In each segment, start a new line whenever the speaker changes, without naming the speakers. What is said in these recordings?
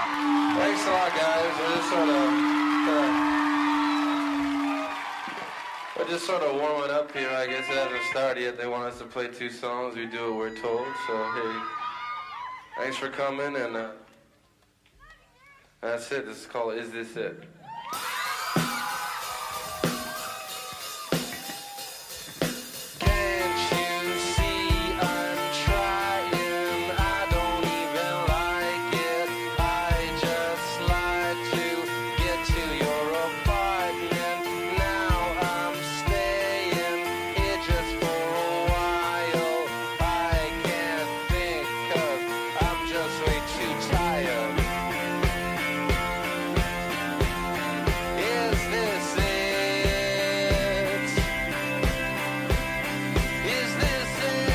Thanks a lot, guys. We're just sort of, uh, we're just sort of warming up here. I guess it hasn't started yet. They want us to play two songs. We do what we're told. So hey, thanks for coming, and uh, that's it. This is called "Is This It." Can't you see I'm trying? I don't even like it. I just lied to get to your apartment. Now I'm staying here just for a while. I can't think 'cause I'm just way too tired. Is this it? Is this it? Is this it?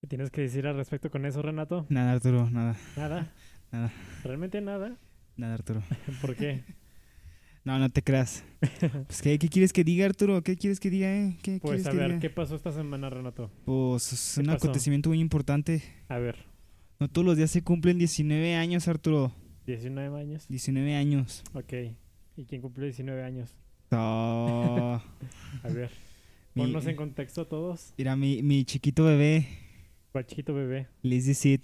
¿Qué tienes que decir al respecto con eso, Renato?
Nada, Arturo, nada,
Nada.
Nada.
Realmente nada.
nada, Arturo.
¿Por qué?
No, no te creas. Pues, ¿qué, qué quieres que diga, Arturo? ¿Qué quieres que diga, eh? ¿Qué
Pues
quieres
a
que
ver,
diga?
¿qué pasó esta semana, Renato?
Pues, es un
pasó?
acontecimiento muy importante.
A ver,
No todos los días se cumplen 19 años, Arturo.
19 años.
19 años.
Ok. ¿Y quién cumplió 19 años?
Oh,
A ver,
Mi-
ponnos en contexto a todos.
mira, mi, mi chiquito bebé,
¿Cuál chiquito bebé?
Lazy Sid,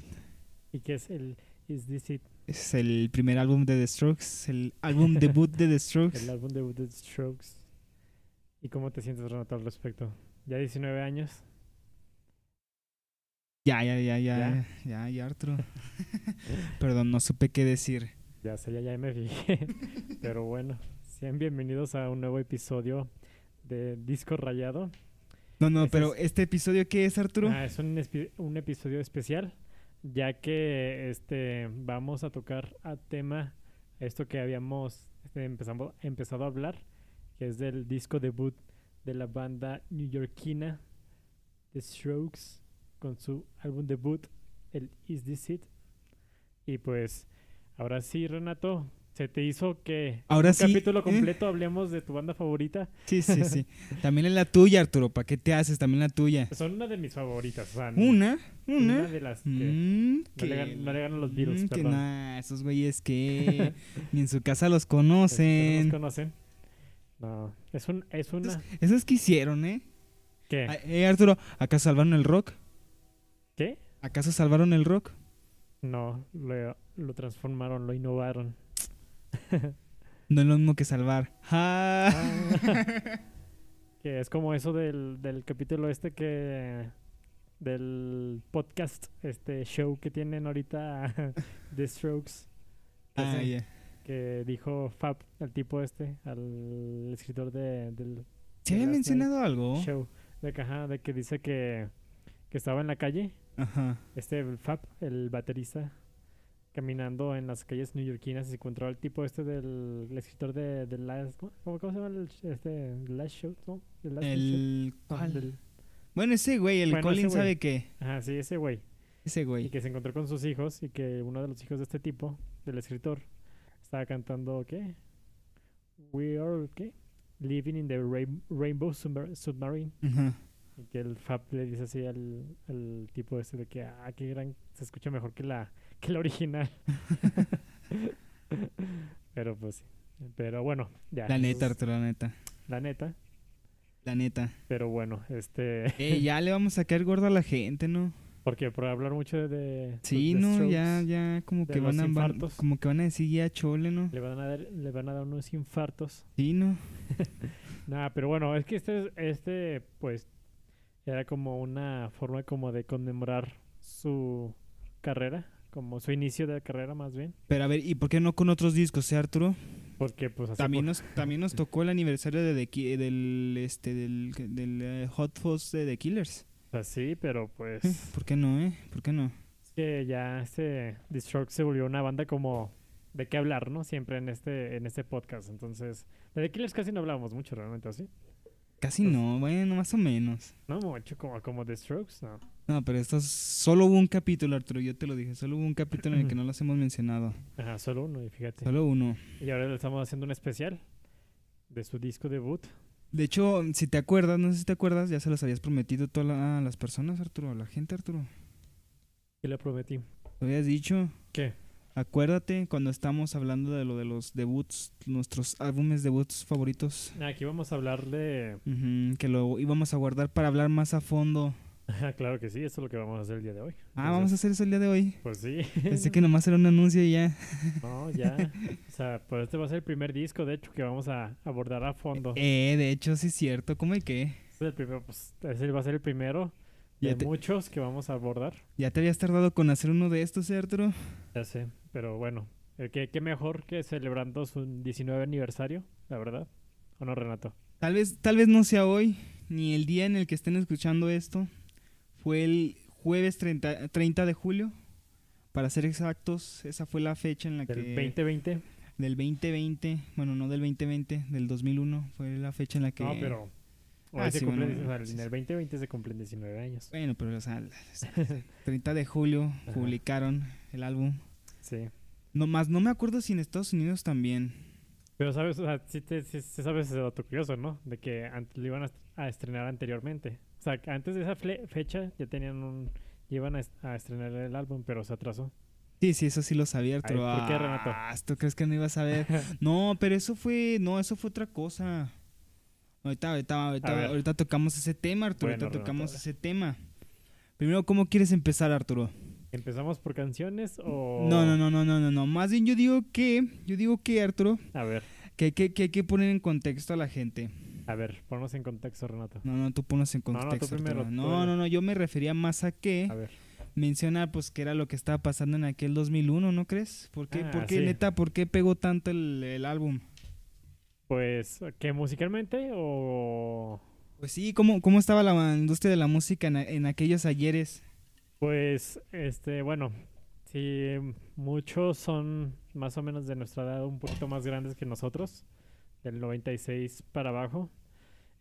¿Y qué es el Is This It?
es el primer álbum de The Strokes, el álbum debut de The
El
Strokes.
álbum debut de The Strokes. ¿Y cómo te sientes, Renato, al respecto? ¿Ya 19 años?
Ya, ya, ya, ya, ya, ya, Arturo. Perdón, no supe qué decir.
Ya sé, ya, ya me fijé. Pero bueno, sean bienvenidos a un nuevo episodio de Disco Rayado.
No, no,
Ese
pero ¿este episodio qué es, Arturo?
Ah, es un, espi- un episodio especial, ya que este vamos a tocar a tema esto que habíamos este, empezamos, empezado a hablar, que es del disco debut de la banda neoyorquina The Strokes con su álbum debut, el Is This It. Y pues, ahora sí, Renato, se te hizo que
Ahora
un
sí.
capítulo
¿eh?
completo hablemos de tu banda favorita.
Sí, sí, sí. También es la tuya, Arturo. ¿Para qué te haces? También la tuya.
Son una de mis favoritas. o sea,
Una,
una
una.
de las que...
Mm,
No le, gan- no le ganan los virus,
Mm, que
perdón.
nah, esos güeyes que ni en su casa los
Es que no nos
conocen.
conocen. No, es, un, es una...
Esos que hicieron, ¿eh?
¿Qué?
Ay, eh, Arturo, ¿acaso salvaron el rock?
¿Qué?
¿Acaso salvaron el rock?
No, lo, lo transformaron, lo innovaron.
No es lo mismo que salvar. Ja.
Ah, que es como eso del, del capítulo este que... Del podcast, este show que tienen ahorita The Strokes. Que,
Ah,
hacen-
ya.
que dijo Fab, el tipo este, al escritor de, del
¿Se
Last
había
Night
mencionado algo?
show. De que, ajá, de que dice que, que estaba en la calle
Ajá.
este el Fab, el baterista, caminando en las calles neoyorquinas y se encontró al tipo este del el escritor de, de Last... ¿cómo, cómo se llama el, sh- este, Last Show? ¿no? The Last Show.
El.
Ah,
¿cuál?
del-
Bueno, ese güey, el
Bueno, ese
Colin
güey.
sabe qué.
ajá, sí, ese güey.
Ese
Y
güey.
que se encontró con sus hijos y que uno de los hijos de este tipo, del escritor, estaba cantando, ¿qué? We are, ¿qué? Living in the rain- Rainbow Submar- Submarine.
Ajá.
Y que el Fab le dice así al, al tipo este de que, ah, qué gran, se escucha mejor que la, que la original. Pero pues sí. Pero bueno, ya.
La
eso
neta,
es
Arturo, la neta.
La neta.
La neta.
Pero bueno, este.
Eh, ya le vamos a caer gordo a la gente, ¿no?
Porque por hablar mucho de. de-
Sí,
de
no,
Strokes,
ya, ya, como
de
que van
los
a, van-
infartos.
como que van a decir ya chole, ¿no?
Le van, a dar, le van a dar unos infartos.
Sí, ¿no?
Nada, pero bueno, es que este, este, pues, era como una forma como de conmemorar su carrera, como su inicio de carrera más bien.
Pero a ver, ¿y por qué no con otros discos, eh, Arturo?
Porque pues así
También nos, también nos tocó el aniversario de The Ki- del, este, del, del eh, Hot Fuzz de The Killers.
Así, pero pues
Eh, ¿Por qué no, eh? ¿Por qué no?
es que ya este The Strokes se volvió una banda como de qué hablar, ¿no? Siempre en este en este podcast. Entonces, de The Killers casi no hablamos mucho realmente, así.
Casi
Pues
no, bueno, más o menos.
No mucho como como The Strokes, no.
No, pero esto es- solo hubo un capítulo, Arturo, yo te lo dije. Solo hubo un capítulo en el que no los hemos mencionado.
Ajá, solo uno y fíjate.
Solo uno.
Y ahora le estamos haciendo un especial de su disco debut.
De hecho, si te acuerdas, no sé si te acuerdas, ya se las habías prometido a todas la- a las personas, Arturo, a la gente, Arturo.
que le prometí?
Lo habías dicho.
¿Qué?
Acuérdate cuando estamos hablando de lo de los debuts, nuestros álbumes debuts favoritos,
Aquí vamos a hablar de...
ujú, que lo íbamos a guardar para hablar más a fondo.
Ah, claro que sí, eso es lo que vamos a hacer el día de hoy.
Ah, vamos a hacer eso el día de hoy.
Pues sí.
Pensé que nomás era un anuncio y ya.
No, ya. O sea, pues este va a ser el primer disco, de hecho, que vamos a abordar a fondo.
Eh, de hecho, sí es cierto. ¿Cómo y qué?
Es el primero, pues, ese va a ser el primero de
Ya te,
muchos que vamos a abordar.
ya te habías tardado con hacer uno de estos, ¿eh, Arturo?
Ya sé, pero bueno, eh, qué, qué mejor que celebrando su 19 aniversario, la verdad. ¿O no, Renato?
Tal vez, tal vez no sea hoy, ni el día en el que estén escuchando esto. Fue el jueves 30, 30 de julio. Para ser exactos, esa fue la fecha en la
Del
que...
2020.
Del 2020. Bueno, no del 2020, del 2001. Fue la fecha en la que...
No, pero hoy
Ah,
se
sí,
cumplen,
bueno,
o sea,
sí,
en
sí.
el 2020 se cumplen 19 años.
Bueno, pero o sea, 30 de julio
Ajá.
publicaron el álbum.
Sí.
No más, no me acuerdo si en Estados Unidos también.
Pero sabes, o sea, sí te sí- sí sabes ese dato curioso, ¿no? De que an- lo iban a, est- a estrenar anteriormente. O sea, que antes de esa fle- fecha ya tenían un... ya Iban a, est- a estrenar el álbum, pero se atrasó.
Sí, sí, eso sí lo sabía, Arturo.
¿por qué, Renato?
Ah, ¿tú crees que no ibas a ver? No, pero eso fue, no, eso fue otra cosa. Ahorita, ahorita, ahorita,
ver.
ahorita tocamos ese tema, Arturo.
Bueno,
ahorita
Renato,
tocamos
ahora.
ese tema. Primero, ¿cómo quieres empezar, Arturo?
¿Empezamos por canciones o...?
No, no, no, no, no, no, no. Más bien yo digo que, yo digo que, Arturo,
A ver,
que hay que, que hay que poner en contexto a la gente.
a ver, ponnos en contexto, Renato.
No, no, tú pones en
No, no, tú
contexto. Arturo. No,
primero, tú
no,
dale.
no, yo me refería más a que
A ver.
mencionar pues que era lo que estaba pasando en aquel 2001, ¿no crees? ¿Por qué,
Ah,
por qué
sí.
neta, por qué pegó tanto el- el álbum?
Pues, ¿que musicalmente o...?
Pues sí, ¿cómo, cómo estaba la ma- industria de la música en, a- en aquellos ayeres?
Pues, este, bueno, si muchos son más o menos de nuestra edad, un poquito más grandes que nosotros, del 96 para abajo,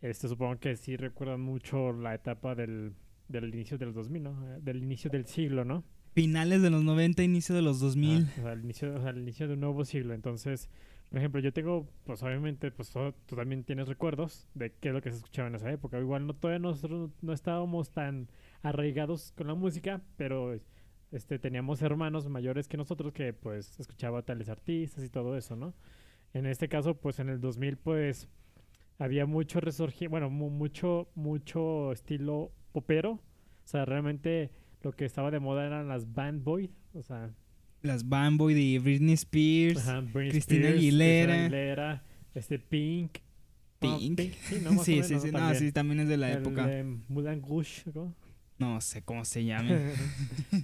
este, supongo que sí recuerdan mucho la etapa del, del inicio del 2000, ¿no? Eh, Del inicio del siglo, ¿no?
Finales de los 90, inicio de los 2000.
Ah, o sea, al inicio, o sea, al inicio de un nuevo siglo. Entonces, por ejemplo, yo tengo, pues obviamente, pues todo- tú también tienes recuerdos de qué es lo que se escuchaba en esa época. Igual no todavía nosotros no estábamos tan arraigados con la música, pero este teníamos hermanos mayores que nosotros que pues escuchaba tales artistas y todo eso, ¿no? En este caso, pues en el 2000 pues había mucho resurgir, bueno, mu- mucho mucho estilo popero. O sea, realmente lo que estaba de moda eran las band boy, o sea,
Las Bamboy de Britney Spears.
Ajá, Britney
Cristina
Spears,
Aguilera.
Cristina Aguilera, este Pink. Ah,
Pink.
Sí, no, más o
sí, sí,
menos,
sí,
¿no?
no,
También.
sí, también es de la
El
época.
de Moulin Rouge, ¿no?
No sé cómo se llame.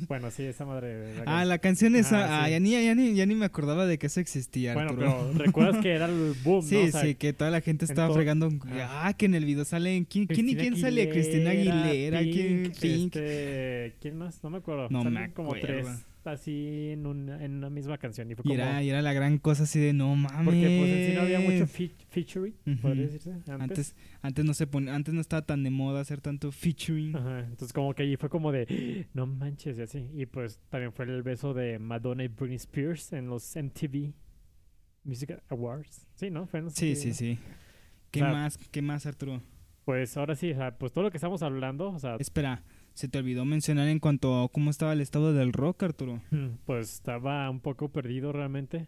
bueno, sí, esa madre. de la
ah,
que-
la canción esa.
Ah,
Ah,
sí.
ya, ni, ya, ni, ya ni me acordaba de que eso existía,
Bueno,
Arturo.
pero recuerdas que era el boom,
Sí,
¿no? O sea,
sí, que toda la gente estaba
entonces-
fregando. Ah, que en el video salen. ¿Quién, quién y quién
Cristina
sale? Cristina Aguilera, ¿quién?
Pink,
Pink.
este, ¿Quién más? No me acuerdo.
No me
Salen como
acuerdo.
tres así en una, en una misma canción. Y fue
Y
como.
era, y era la gran cosa así de no mames.
porque pues en sí no había mucho fe- featuring, podría
Ujú.
decirse.
Antes, antes no se pone, antes no estaba tan de moda hacer tanto featuring.
Ajá, entonces como que ahí fue como de, no manches, y así. Y pues también fue el beso de Madonna y Britney Spears en los MTV Music Awards. Sí, ¿no? Fue en los
Sí,
MTV,
sí,
¿no?
sí. ¿Qué
O sea,
más, qué más, Arturo?
Pues ahora sí, o sea, pues todo lo que estamos hablando, o sea,
Espera, se te olvidó mencionar en cuanto a cómo estaba el estado del rock, Arturo.
pues estaba un poco perdido realmente.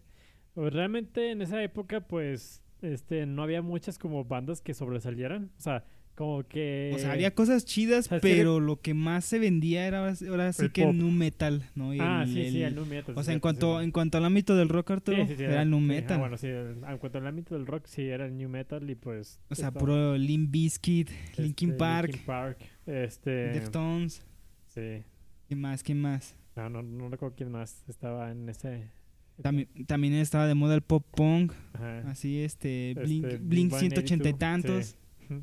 Pues, Realmente en esa época, pues, este, no había muchas como bandas que sobresalieran. O sea, como que...
o sea, había cosas chidas,
o sea, sí
pero lo que más se vendía era ahora- ahora sí
El
que
pop.
el nu metal, ¿no? Y
Ah,
el-
sí, sí,
el-
el nu metal,
o
sí,
sea, en
cierto, sí,
cuanto,
bueno.
en cuanto al ámbito del rock, Arturo,
Sí, sí, sí,
era el nu
sí, ah,
metal.
bueno, sí, el- en cuanto al ámbito del rock, sí, era el new metal y pues...
o sea,
estaba-
puro Limp Bizkit, Linkin
Este,
Park,
Linkin Park. Este.
Deftones,
Sí.
¿qué más, qué más?
No, no, no recuerdo quién más estaba en ese.
También, también estaba de moda el pop punk,
Ajá.
así este,
Este,
Blink,
Blink
Blink 180 y
182,
tantos.
sí.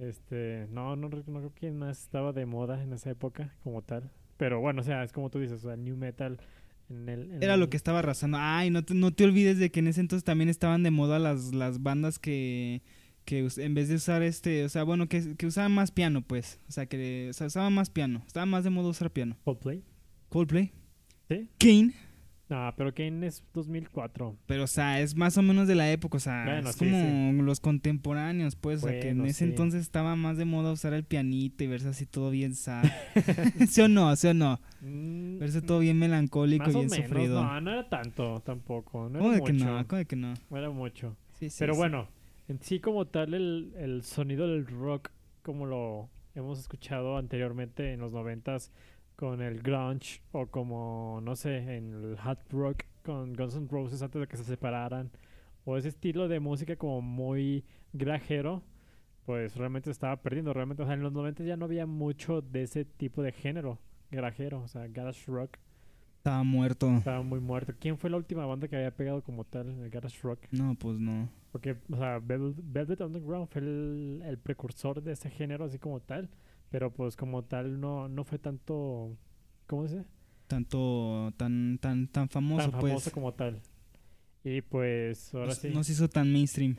Este. No, no, rec- no creo quién más estaba de moda en esa época como tal. Pero bueno, o sea, es como tú dices, o sea, New Metal. En el, en
Era lo
el-
que estaba arrasando. Ay, no te, no te olvides de que en ese entonces también estaban de moda las, las bandas que, que us- en vez de usar este, o sea, bueno, que, que usaban más piano, pues. O sea, que o sea, usaban más piano. Estaba más de moda usar piano.
Coldplay.
Coldplay.
Sí.
Kane.
No, pero Kane es 2004.
Pero, o sea, es más o menos de la época, o sea,
Bueno,
es
sí,
como los contemporáneos, pues, o sea, que en
Bueno,
ese
sí.
entonces estaba más de moda usar el pianito y verse así todo bien sad. ¿Sí o no? ¿Sí o no?
Mm,
Verse todo bien melancólico
más
y
o
bien
menos,
sufrido.
No, no era tanto tampoco. No
¿Cómo
era
de que
mucho.
no? ¿Cómo de que no?
no era mucho.
Sí, sí,
Pero
sí.
bueno, en sí como tal el, el sonido del rock como lo hemos escuchado anteriormente en los noventas con el grunge o como no sé en el hard rock con Guns N' Roses antes de que se separaran o ese estilo de música como muy grajero pues realmente se estaba perdiendo realmente o sea en los noventas ya no había mucho de ese tipo de género grajero o sea garage rock
Estaba muerto.
estaba muy muerto quién fue la última banda que había pegado como tal en el garage rock
No, pues no.
porque, o sea, Vel- Velvet Underground fue el, el precursor de ese género, así como tal. Pero, pues, como tal, no, no fue tanto. ¿Cómo se dice?
Tanto, tan, tan, tan famoso,
Tan famoso
pues.
como tal. Y, pues, ahora
No-
sí.
No se hizo tan mainstream.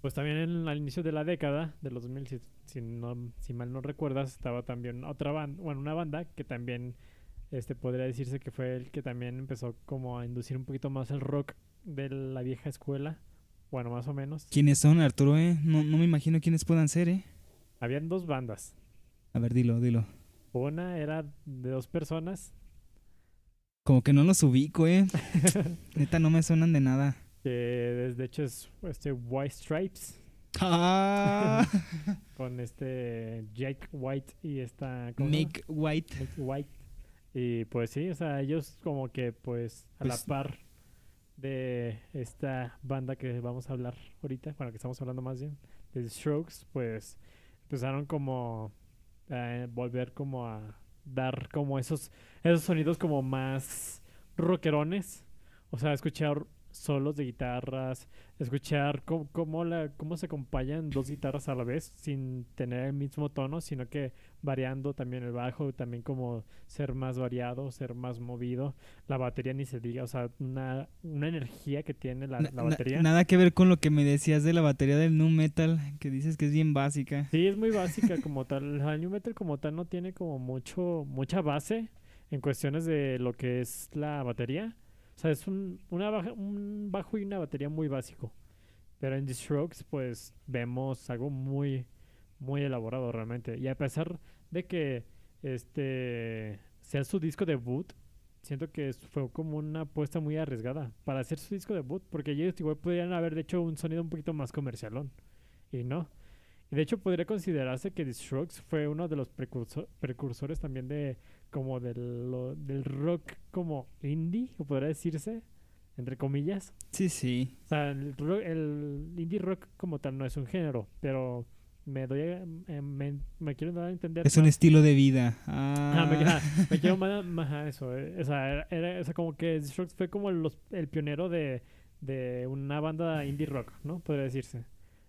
Pues también en- al inicio de la década, de los 2000, si, si no- si mal no recuerdas, estaba también otra banda, bueno, una banda que también este podría decirse que fue el que también empezó como a inducir un poquito más el rock de la vieja escuela. Bueno, más o menos.
¿Quiénes son, Arturo, eh? No, no me imagino quiénes puedan ser, eh.
Habían dos bandas.
A ver, dilo, dilo.
Una era de dos personas
Como que no los ubico, eh. Neta, no me suenan de nada.
que de hecho es este White Stripes
Ah,
con este Jake White y esta ¿cómo se llama?
Mick White.
Mick White y pues sí, o sea, ellos como que pues a
Pues-
la par de esta banda que vamos a hablar ahorita, bueno, que estamos hablando más bien de Strokes, pues empezaron como a volver como a dar como esos esos sonidos como más rockerones. O sea, escuchar solos de guitarras, escuchar cómo, cómo, la, cómo se acompañan dos guitarras a la vez sin tener el mismo tono, sino que variando también el bajo, también como ser más variado, ser más movido. La batería ni se diga, o sea, una, una energía que tiene la,
Na-
la
na-
batería.
nada que ver con lo que me decías de la batería del nu metal, que dices que es bien básica.
Sí, es muy básica como tal. El new metal como tal no tiene como mucho mucha base en cuestiones de lo que es la batería. O sea, es un, una baja- un bajo y una batería muy básico. Pero en The Strokes pues vemos algo muy muy elaborado realmente. Y a pesar de que este sea su disco debut, siento que es- fue como una apuesta muy arriesgada para hacer su disco debut, porque ellos igual podrían haber hecho un sonido un poquito más comercialón. Y no. Y de hecho podría considerarse que The Strokes fue uno de los precurso- precursores también de como del, lo- del rock como indie, o podría decirse, entre comillas.
Sí, sí.
O sea, el, ro- el indie rock como tal no es un género, pero me doy a- eh, me, me quiero dar a entender.
Es un
más-
estilo de vida.
Ah, me,
Ah,
ah, me quiero más, más a eso. eh. O sea, era, era- o sea, como que The Strokes fue como los- el pionero de, de una banda indie rock, ¿no? Podría decirse.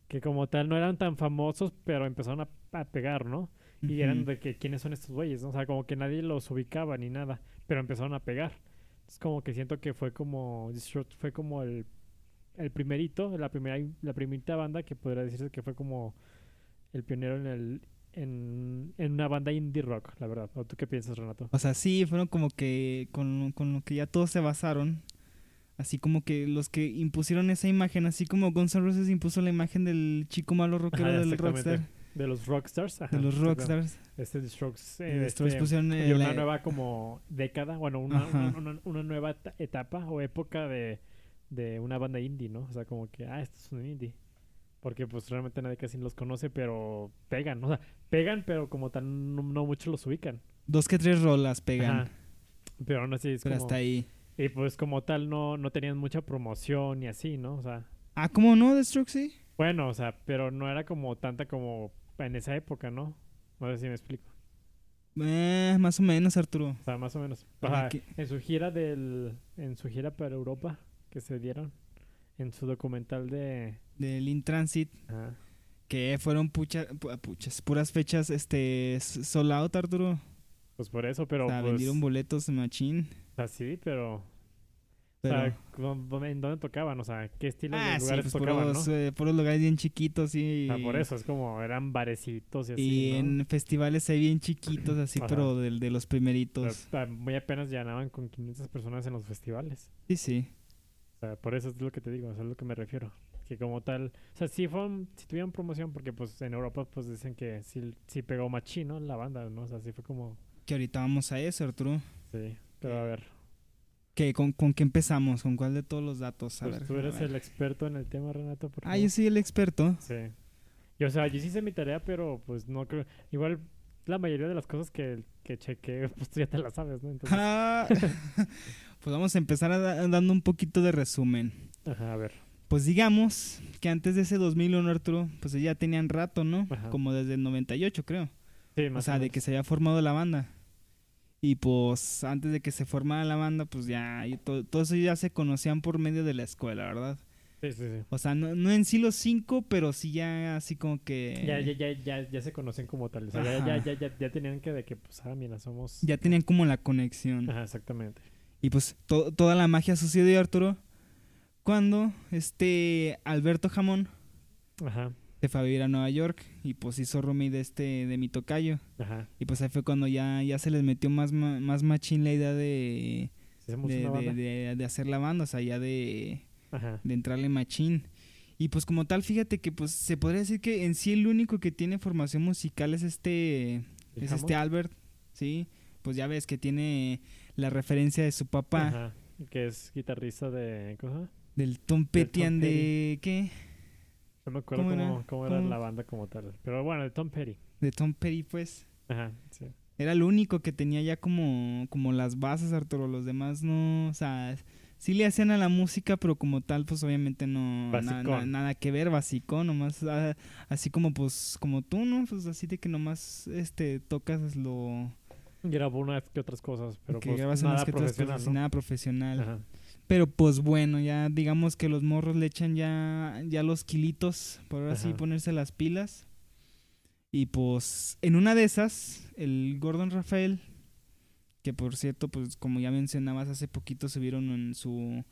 Que como tal no eran tan famosos, pero empezaron a, a pegar, ¿no? Y eran
Ujú.
de que quiénes son estos güeyes, ¿no? O sea, como que nadie los ubicaba ni nada, pero empezaron a pegar. Es como que siento que fue como, The Strokes fue como el, el primerito, la primera, la primerita banda que podría decirse que fue como el pionero en el en, en una banda indie rock, la verdad. ¿O tú qué piensas, Renato?
O sea, sí, fueron como que con, con lo que ya todos se basaron. Así como que los que impusieron esa imagen, así como Guns N' Roses impuso la imagen del chico malo rockero
Ajá,
del
exactamente.
rockstar,
De los rockstars. ajá,
de los
exacto.
rockstars.
Este The Strokes. eh,
Y los Strokes pues
este,
pusieron
y
el-
una nueva como década, bueno, una,
Ajá.
una- una- una nueva eta- etapa o época de, de una banda indie, ¿no? O sea, como que, ah, esto es un indie. Porque pues realmente nadie casi los conoce, pero pegan, o sea, pegan, pero como tal no, no muchos los ubican.
dos que tres rolas pegan,
Ajá. Pero aún así es
pero
como...
hasta ahí.
Y pues como tal no, no tenían mucha promoción y así, ¿no? O sea,
Ah, ¿cómo no, The Strokes, sí?
bueno, o sea, pero no era como tanta como en esa época, ¿no? No sé si me explico.
Eh, más o menos, Arturo.
O sea, más o menos.
Ajá,
Ajá,
que-
en su gira del, en su gira para Europa que se dieron, en su documental de,
Del In Transit,
ajá,
que fueron pucha- pu- puchas, puras fechas, este, s- sold out, Arturo.
pues por eso, pero
o sea,
pues,
vendieron boletos, machín.
así, pero,
pero...
sea, ¿cómo- cómo- ¿en dónde tocaban? O sea, ¿qué estilo
ah,
de
sí,
lugares
pues
tocaban,
puros,
no?
eh, puros lugares bien chiquitos y...
Ah, por eso, es como eran barecitos y así,
Y
¿no?
en festivales ahí bien chiquitos, así,
Ajá.
pero del- de, los
O
primeritos.
sea, muy apenas llenaban con 500 personas en los festivales.
Sí, sí.
O sea, por eso es lo que te digo, o sea, es lo que me refiero. Que como tal, o sea, sí, fueron, sí tuvieron promoción porque pues en Europa pues dicen que sí, sí pegó machino la banda, ¿no? O sea, sí fue como,
Que ahorita vamos a eso, Arturo.
sí, pero a ver,
¿Qué, con, ¿Con qué empezamos? ¿Con cuál de todos los datos? A
pues
ver,
tú
a
eres
ver.
el experto en el tema, Renato. Por
Ah,
favor.
yo soy el experto.
Sí. Y, o sea, yo sí hice mi tarea, pero pues no creo. Igual la mayoría de las cosas que, que chequeé, pues tú ya te las sabes, ¿no? Entonces,
Ah, pues vamos a empezar a da- dando un poquito de resumen.
ajá, a ver.
Pues digamos que antes de ese 2001, Arturo, pues ya tenían rato, ¿no?
Ajá.
Como desde el 98, creo.
Sí,
O
más
sea, de
menos.
que se había formado la banda. Y pues antes de que se formara la banda, pues ya, y to- todo eso ya se conocían por medio de la escuela, ¿verdad?
Sí, sí, sí.
O sea, no, no en sí los cinco, pero sí ya así como que...
Ya, ya, ya, ya, ya se conocen como tal. O sea, ya, ya,
Ajá.
ya, ya, ya tenían que de que, pues, ah, mira, somos.
ya tenían como la conexión.
Ajá, exactamente.
Y pues to- toda la magia sucedió, Arturo, cuando este Alberto Jamón
Ajá,
se fue a vivir a Nueva York y pues hizo roomie de este, de mi tocayo.
ajá.
Y pues ahí fue cuando ya, ya se les metió más, ma- más machín la idea de,
Sí, somos
de,
una
de-
banda.
de- de hacer la banda, o sea, ya de,
Ajá.
de entrarle machín. Y pues como tal, fíjate que pues se podría decir que en sí el único que tiene formación musical es este,
¿El
es
jamón?
este Albert, ¿sí? Pues ya ves que tiene la referencia de su papá,
Ajá. Que es guitarrista de. ¿Cómo se llama?
del Tom Petty and de... ¿Qué?
No me acuerdo
¿Cómo
cómo,
era?
cómo, era
¿Cómo?
la banda como tal. Pero bueno, de Tom Petty.
De Tom Petty, pues.
Ajá, sí.
Era el único que tenía ya como, como las bases, Arturo. Los demás no, o sea, sí le hacían a la música, pero como tal, pues obviamente no, na- na-
Basicón.
nada que ver, básico, nomás, ah, así como pues, como tú, ¿no? Pues así de que nomás, este, tocas lo
Grabó unas que otras cosas, pero
que
pues
grabas en
nada
las que otras
profesional,
cosas,
¿no?
nada profesional.
Ajá.
Pero pues bueno, ya digamos que los morros le echan ya, ya los kilitos, por ahora sí
Ajá.
ponerse las pilas. Y pues en una de esas, el Gordon Rafael, que por cierto, pues como ya mencionabas, hace poquito subieron en su,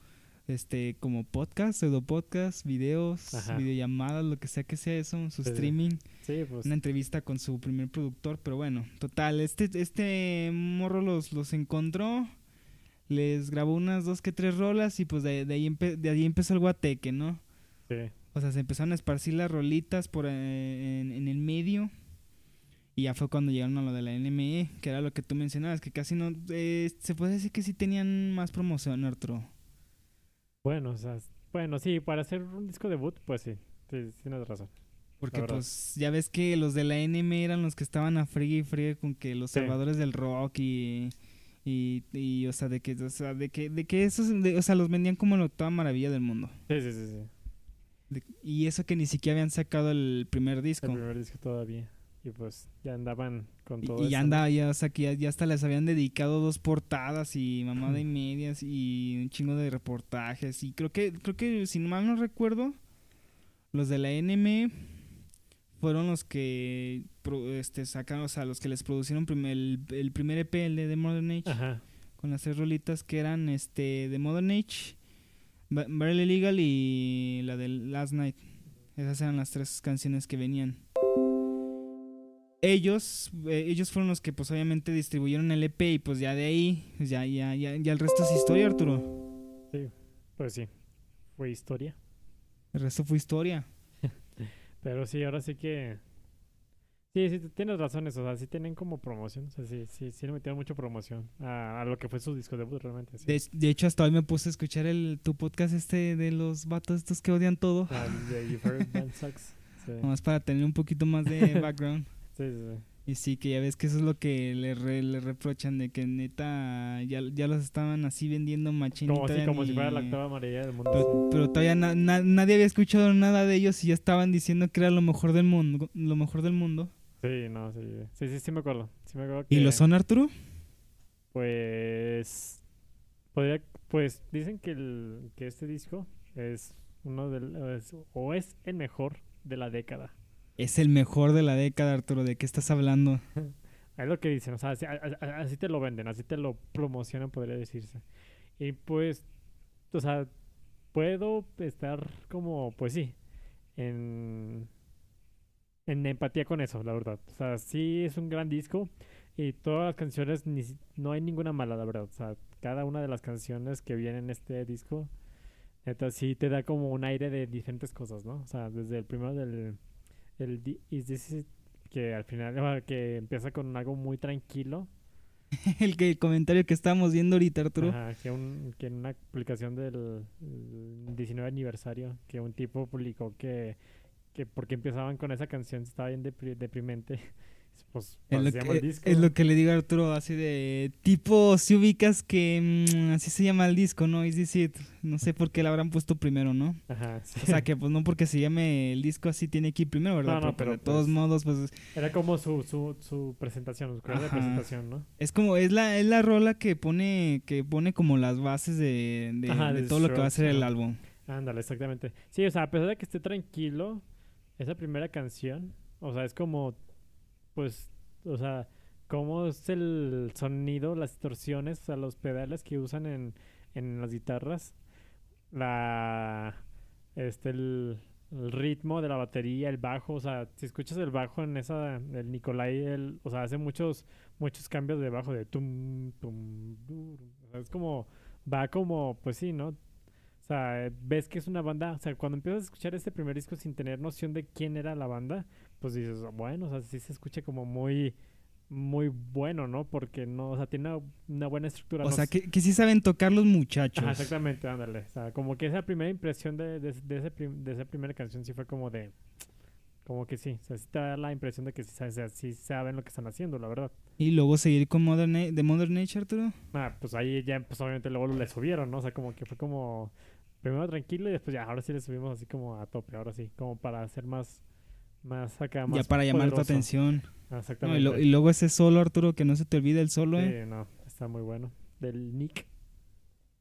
este, como podcast, pseudo podcast, videos,
Ajá.
videollamadas, lo que sea que sea eso, su
Sí, sí.
streaming,
Sí, pues.
una entrevista con su primer productor, pero bueno, total, este, este morro los, los encontró, les grabó unas dos que tres rolas y pues de, de ahí, empe- de ahí empezó el guateque, ¿no?
Sí.
O sea, se empezaron a esparcir las rolitas por eh, en, en el medio y ya fue cuando llegaron a lo de la NME, que era lo que tú mencionabas, que casi no... eh, se puede decir que sí tenían más promoción, Arturo.
Bueno, o sea, s- bueno, sí, para hacer un disco debut, pues sí, sí, sí tienes razón.
Porque
verdad.
pues ya ves que los de la NME eran los que estaban a friegue y friegue con que los
Sí.
salvadores del rock y, y, y, o sea de que o sea de que de que esos de- o sea los vendían como la octava maravilla del mundo.
Sí, sí, sí, sí.
De- y eso que ni siquiera habían sacado el primer
El
disco.
primer disco todavía. Y pues ya andaban con
Y,
todo
y
eso,
ya
¿no?
andaba ya, o sea que ya, ya hasta les habían dedicado dos portadas y mamada y medias y un chingo de reportajes y creo que creo que si mal no recuerdo los de la NME fueron los que pro- este, sacaron, o sea, los que les produjeron prim- el, el primer EP, el de The Modern Age,
Ajá.
con las tres rolitas que eran este The Modern Age, Ba- Barely Legal y la de Last Night. Esas eran las tres canciones que venían. Ellos, eh, ellos fueron los que pues obviamente distribuyeron el EP y pues ya de ahí, pues, ya, ya, ya, ya el resto es historia, Arturo.
Pues sí, fue historia.
El resto fue historia.
Pero sí, ahora sí que... Sí, sí, t- tienes razón eso, o sea, sí tienen como promoción, o sea, sí, sí, sí le metieron mucho promoción a, a lo que fue su disco debut realmente, sí.
De, de hecho, hasta hoy me puse a escuchar el, tu podcast este de los vatos estos que odian todo.
Al de You've Heard Band Sucks. Sí,
Nomás para tener un poquito más de background.
sí, sí, sí.
Y sí, que ya ves que eso es lo que le, re- le reprochan, de que neta ya, ya los estaban así vendiendo machín. y
Como, sí,
todavía
como si
ni- Pues
fuera la octava amarilla del mundo.
Pero, pero todavía na- na- nadie había escuchado nada de ellos y ya estaban diciendo que era lo mejor del mundo. Lo mejor del mundo.
sí. Sí, no, sí, sí, sí, sí, sí me acuerdo. Sí me acuerdo
¿Y lo
que-
son, Arturo?
Pues. Podría, pues dicen que, el, que este disco es uno del. es- o es el mejor de la década.
Es el mejor de la década, Arturo. ¿De qué estás hablando?
Es lo que dicen, o sea, así, a- a- a- así te lo venden, así te lo promocionan, podría decirse. Y pues, o sea, puedo estar como, pues sí, en, en empatía con eso, la verdad. O sea, sí es un gran disco y todas las canciones, ni si- no hay ninguna mala, la verdad. O sea, cada una de las canciones que vienen en este disco, neta, sí te da como un aire de diferentes cosas, ¿no? O sea, desde el primero del el di- Is This It, que al final, ah, que empieza con algo muy tranquilo.
El, que, el comentario que estábamos viendo ahorita, Arturo.
Ajá, que, un- que en una publicación del el 19 aniversario, que un tipo publicó que, que porque empezaban con esa canción estaba bien depri- deprimente. Pues,
Es
así
lo,
se llama el
que,
disco.
es lo que le digo a Arturo, así de tipo, si ubicas que mm, así se llama el disco, ¿no? Is This It? No sé por qué la habrán puesto primero, ¿no?
Ajá, sí.
O sea, que pues no porque se llame el disco así tiene que ir primero, ¿verdad?
No, no, pero,
pero, de todos
pues,
modos, pues
Era como su, su, su presentación, su carrera de
Ajá.
presentación, ¿no?
es como, es la, es la rola que pone, que pone como las bases de, de-
Ajá,
de
de
todo lo que va a
Strokes,
ser el
ajá.
álbum.
Ándale, exactamente. Sí, o sea, a pesar de que esté tranquilo, esa primera canción, o sea, es como, pues, o sea, cómo es el sonido, las distorsiones, o sea, los pedales que usan en, en las guitarras, la, este, el, el ritmo de la batería, el bajo, o sea, si escuchas el bajo en esa, el Nicolai, el, o sea, hace muchos, muchos cambios de bajo, de tum, tum, durum, o sea, es como, va como, pues sí, ¿no? O sea, eh, ves que es una banda. O sea, cuando empiezas a escuchar este primer disco sin tener noción de quién era la banda, pues dices, bueno, o sea, sí se escucha como muy, muy bueno, ¿no? Porque no, o sea, tiene una, una buena estructura.
O
no
sea,
s-
que, que sí saben tocar los muchachos.
Ajá, exactamente, ándale. O sea, como que esa primera impresión de, de, de ese prim- de esa primera canción sí fue como de. Como que sí. O sea, sí te da la impresión de que sí, sa- o sea, sí saben lo que están haciendo, la verdad.
Y luego seguir con Modern, Na- de Modern Nature, Arturo.
Ah, pues ahí ya, pues obviamente luego le subieron, ¿no? O sea, como que fue como primero tranquilo y después ya, ahora sí le subimos así como a tope, ahora sí, como para hacer más, más acá, más.
ya para llamar tu
poderoso.
atención.
Ah,
No, y,
Exactamente.
lo- y luego ese solo, Arturo, que no se te olvide el solo, ¿eh?
Sí, no, está muy bueno. Del Nick.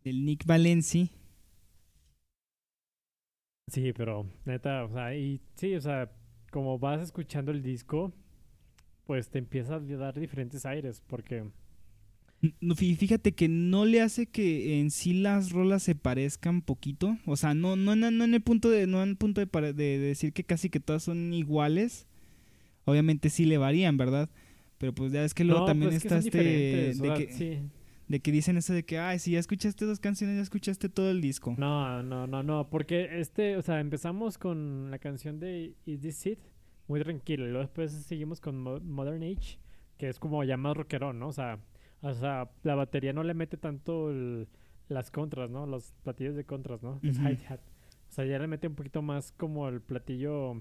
Del Nick Valenci.
Sí, pero neta, o sea, y sí, o sea, como vas escuchando el disco, pues te empieza a dar diferentes aires, porque.
No, fí- Fíjate que no le hace que en sí las rolas se parezcan poquito. O sea, no, no, no, no en el punto de, no en el punto de, pare- de decir que casi que todas son iguales. Obviamente sí le varían, ¿verdad? Pero pues ya es que luego
No,
también
pues que
está
son
este
diferentes, o
de
sea,
que,
sí.
de que dicen eso de que ay si ya escuchaste dos canciones, ya escuchaste todo el disco.
No, no, no, no, porque este, o sea, empezamos con la canción de Is This It, muy tranquilo, y luego después seguimos con Mo- Modern Age, que es como ya más rockerón, ¿no? O sea, o sea, la batería no le mete tanto el- las contras, ¿no? Los platillos de contras, ¿no? Los
Ujú.
hi-hat. O sea, ya le mete un poquito más como el platillo,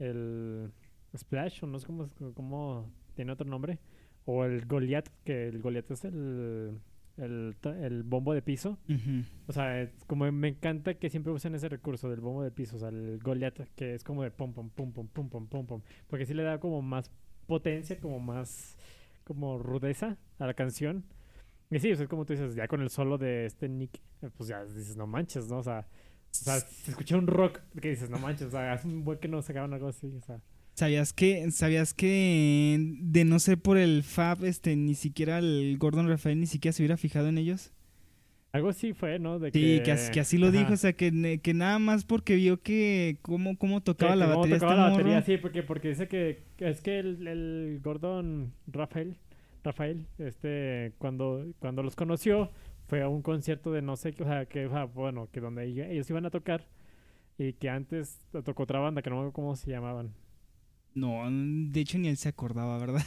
el splash, o no sé cómo, cómo tiene otro nombre, o el Goliath, que el Goliath es el, el, ta- el bombo de piso.
Ujú.
O sea, es como me encanta que siempre usen ese recurso del bombo de piso, o sea, el Goliath, que es como de pum, pum, pum, pum, pum, pum, pum, pum. Porque sí le da como más potencia, como más, como rudeza a la canción. Y sí, o sea, es como tú dices, ya con el solo de este Nick, eh, pues ya dices, no manches, ¿no? O sea, o sea se escucha un rock que dices, no manches, o sea, hace un buen que no sacaban algo así, o sea.
¿Sabías que, sabías que eh, de no ser por el Fab, este, ni siquiera el Gordon Rafael ni siquiera se hubiera fijado en ellos?
Algo así fue, ¿no? De
Sí, que, as- que así lo
Ajá.
dijo, o sea, que, ne- que nada más porque vio que cómo, cómo
Sí,
tocaba la
que cómo
batería
tocaba
este
la batería,
morro.
sí, porque, porque dice que que es que el, el Gordon Rafael, Rafael, este, cuando, cuando los conoció, fue a un concierto de no sé qué, o sea, que, o sea, bueno, que donde ellos ellos iban a tocar y que antes tocó otra banda, que no me acuerdo cómo se llamaban.
No, de hecho ni él se acordaba, ¿verdad?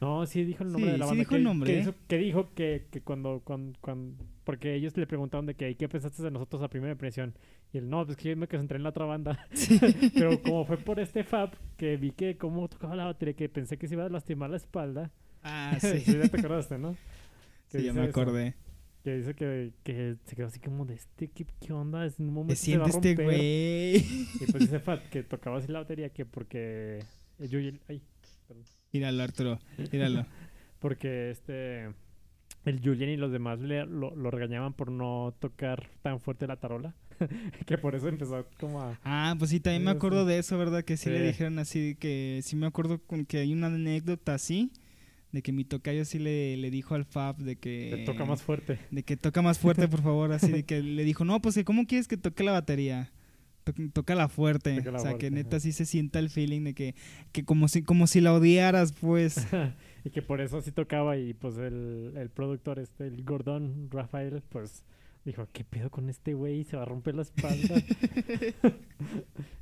No, sí dijo el nombre
Sí,
de la
sí
banda.
dijo el
que-
nombre,
Que,
¿eh?
hizo- que dijo que, que cuando, cuan- cuan- Porque ellos le preguntaron de que, "¿Y ¿qué pensaste de nosotros a primera impresión? Y él, no, pues que yo me concentré en la otra banda. Pero como fue por este Fab, que vi que cómo tocaba la batería, que pensé que se iba a lastimar la espalda.
Ah,
Sí,
sí.
ya te acordaste, ¿no? Que
Sí, ya
dice
me
eso,
acordé.
que dice que, que se quedó así como de este, ¿qué, qué onda? Es un momento
Me
se va a
siente este
romper".
güey.
Y pues dice Fab que tocaba así la batería, que porque... Yo, ay,
Míralo, Arturo, míralo.
porque este el Julian y los demás le- lo, lo regañaban por no tocar tan fuerte la tarola, que por eso empezó como a...
Ah, pues sí, también me
Sí,
acuerdo
sí.
de eso, ¿verdad? Que sí, le
Sí.
dijeron así, que sí me acuerdo con que hay una anécdota así, de que mi tocayo sí le, le dijo al Fab de que...
Te toca más fuerte.
De que toca más fuerte, por favor. Así de que le dijo, no, pues que ¿cómo quieres que toque la batería? To- Tócala fuerte.
Tócala
o sea,
fuerte,
que neta
ajá.
sí se sienta el feeling de que, que como, si, como si la odiaras, pues.
y que por eso sí tocaba y pues el, el productor, este, el Gordón Rafael, pues dijo, ¿qué pedo con este güey? Se va a romper la espalda.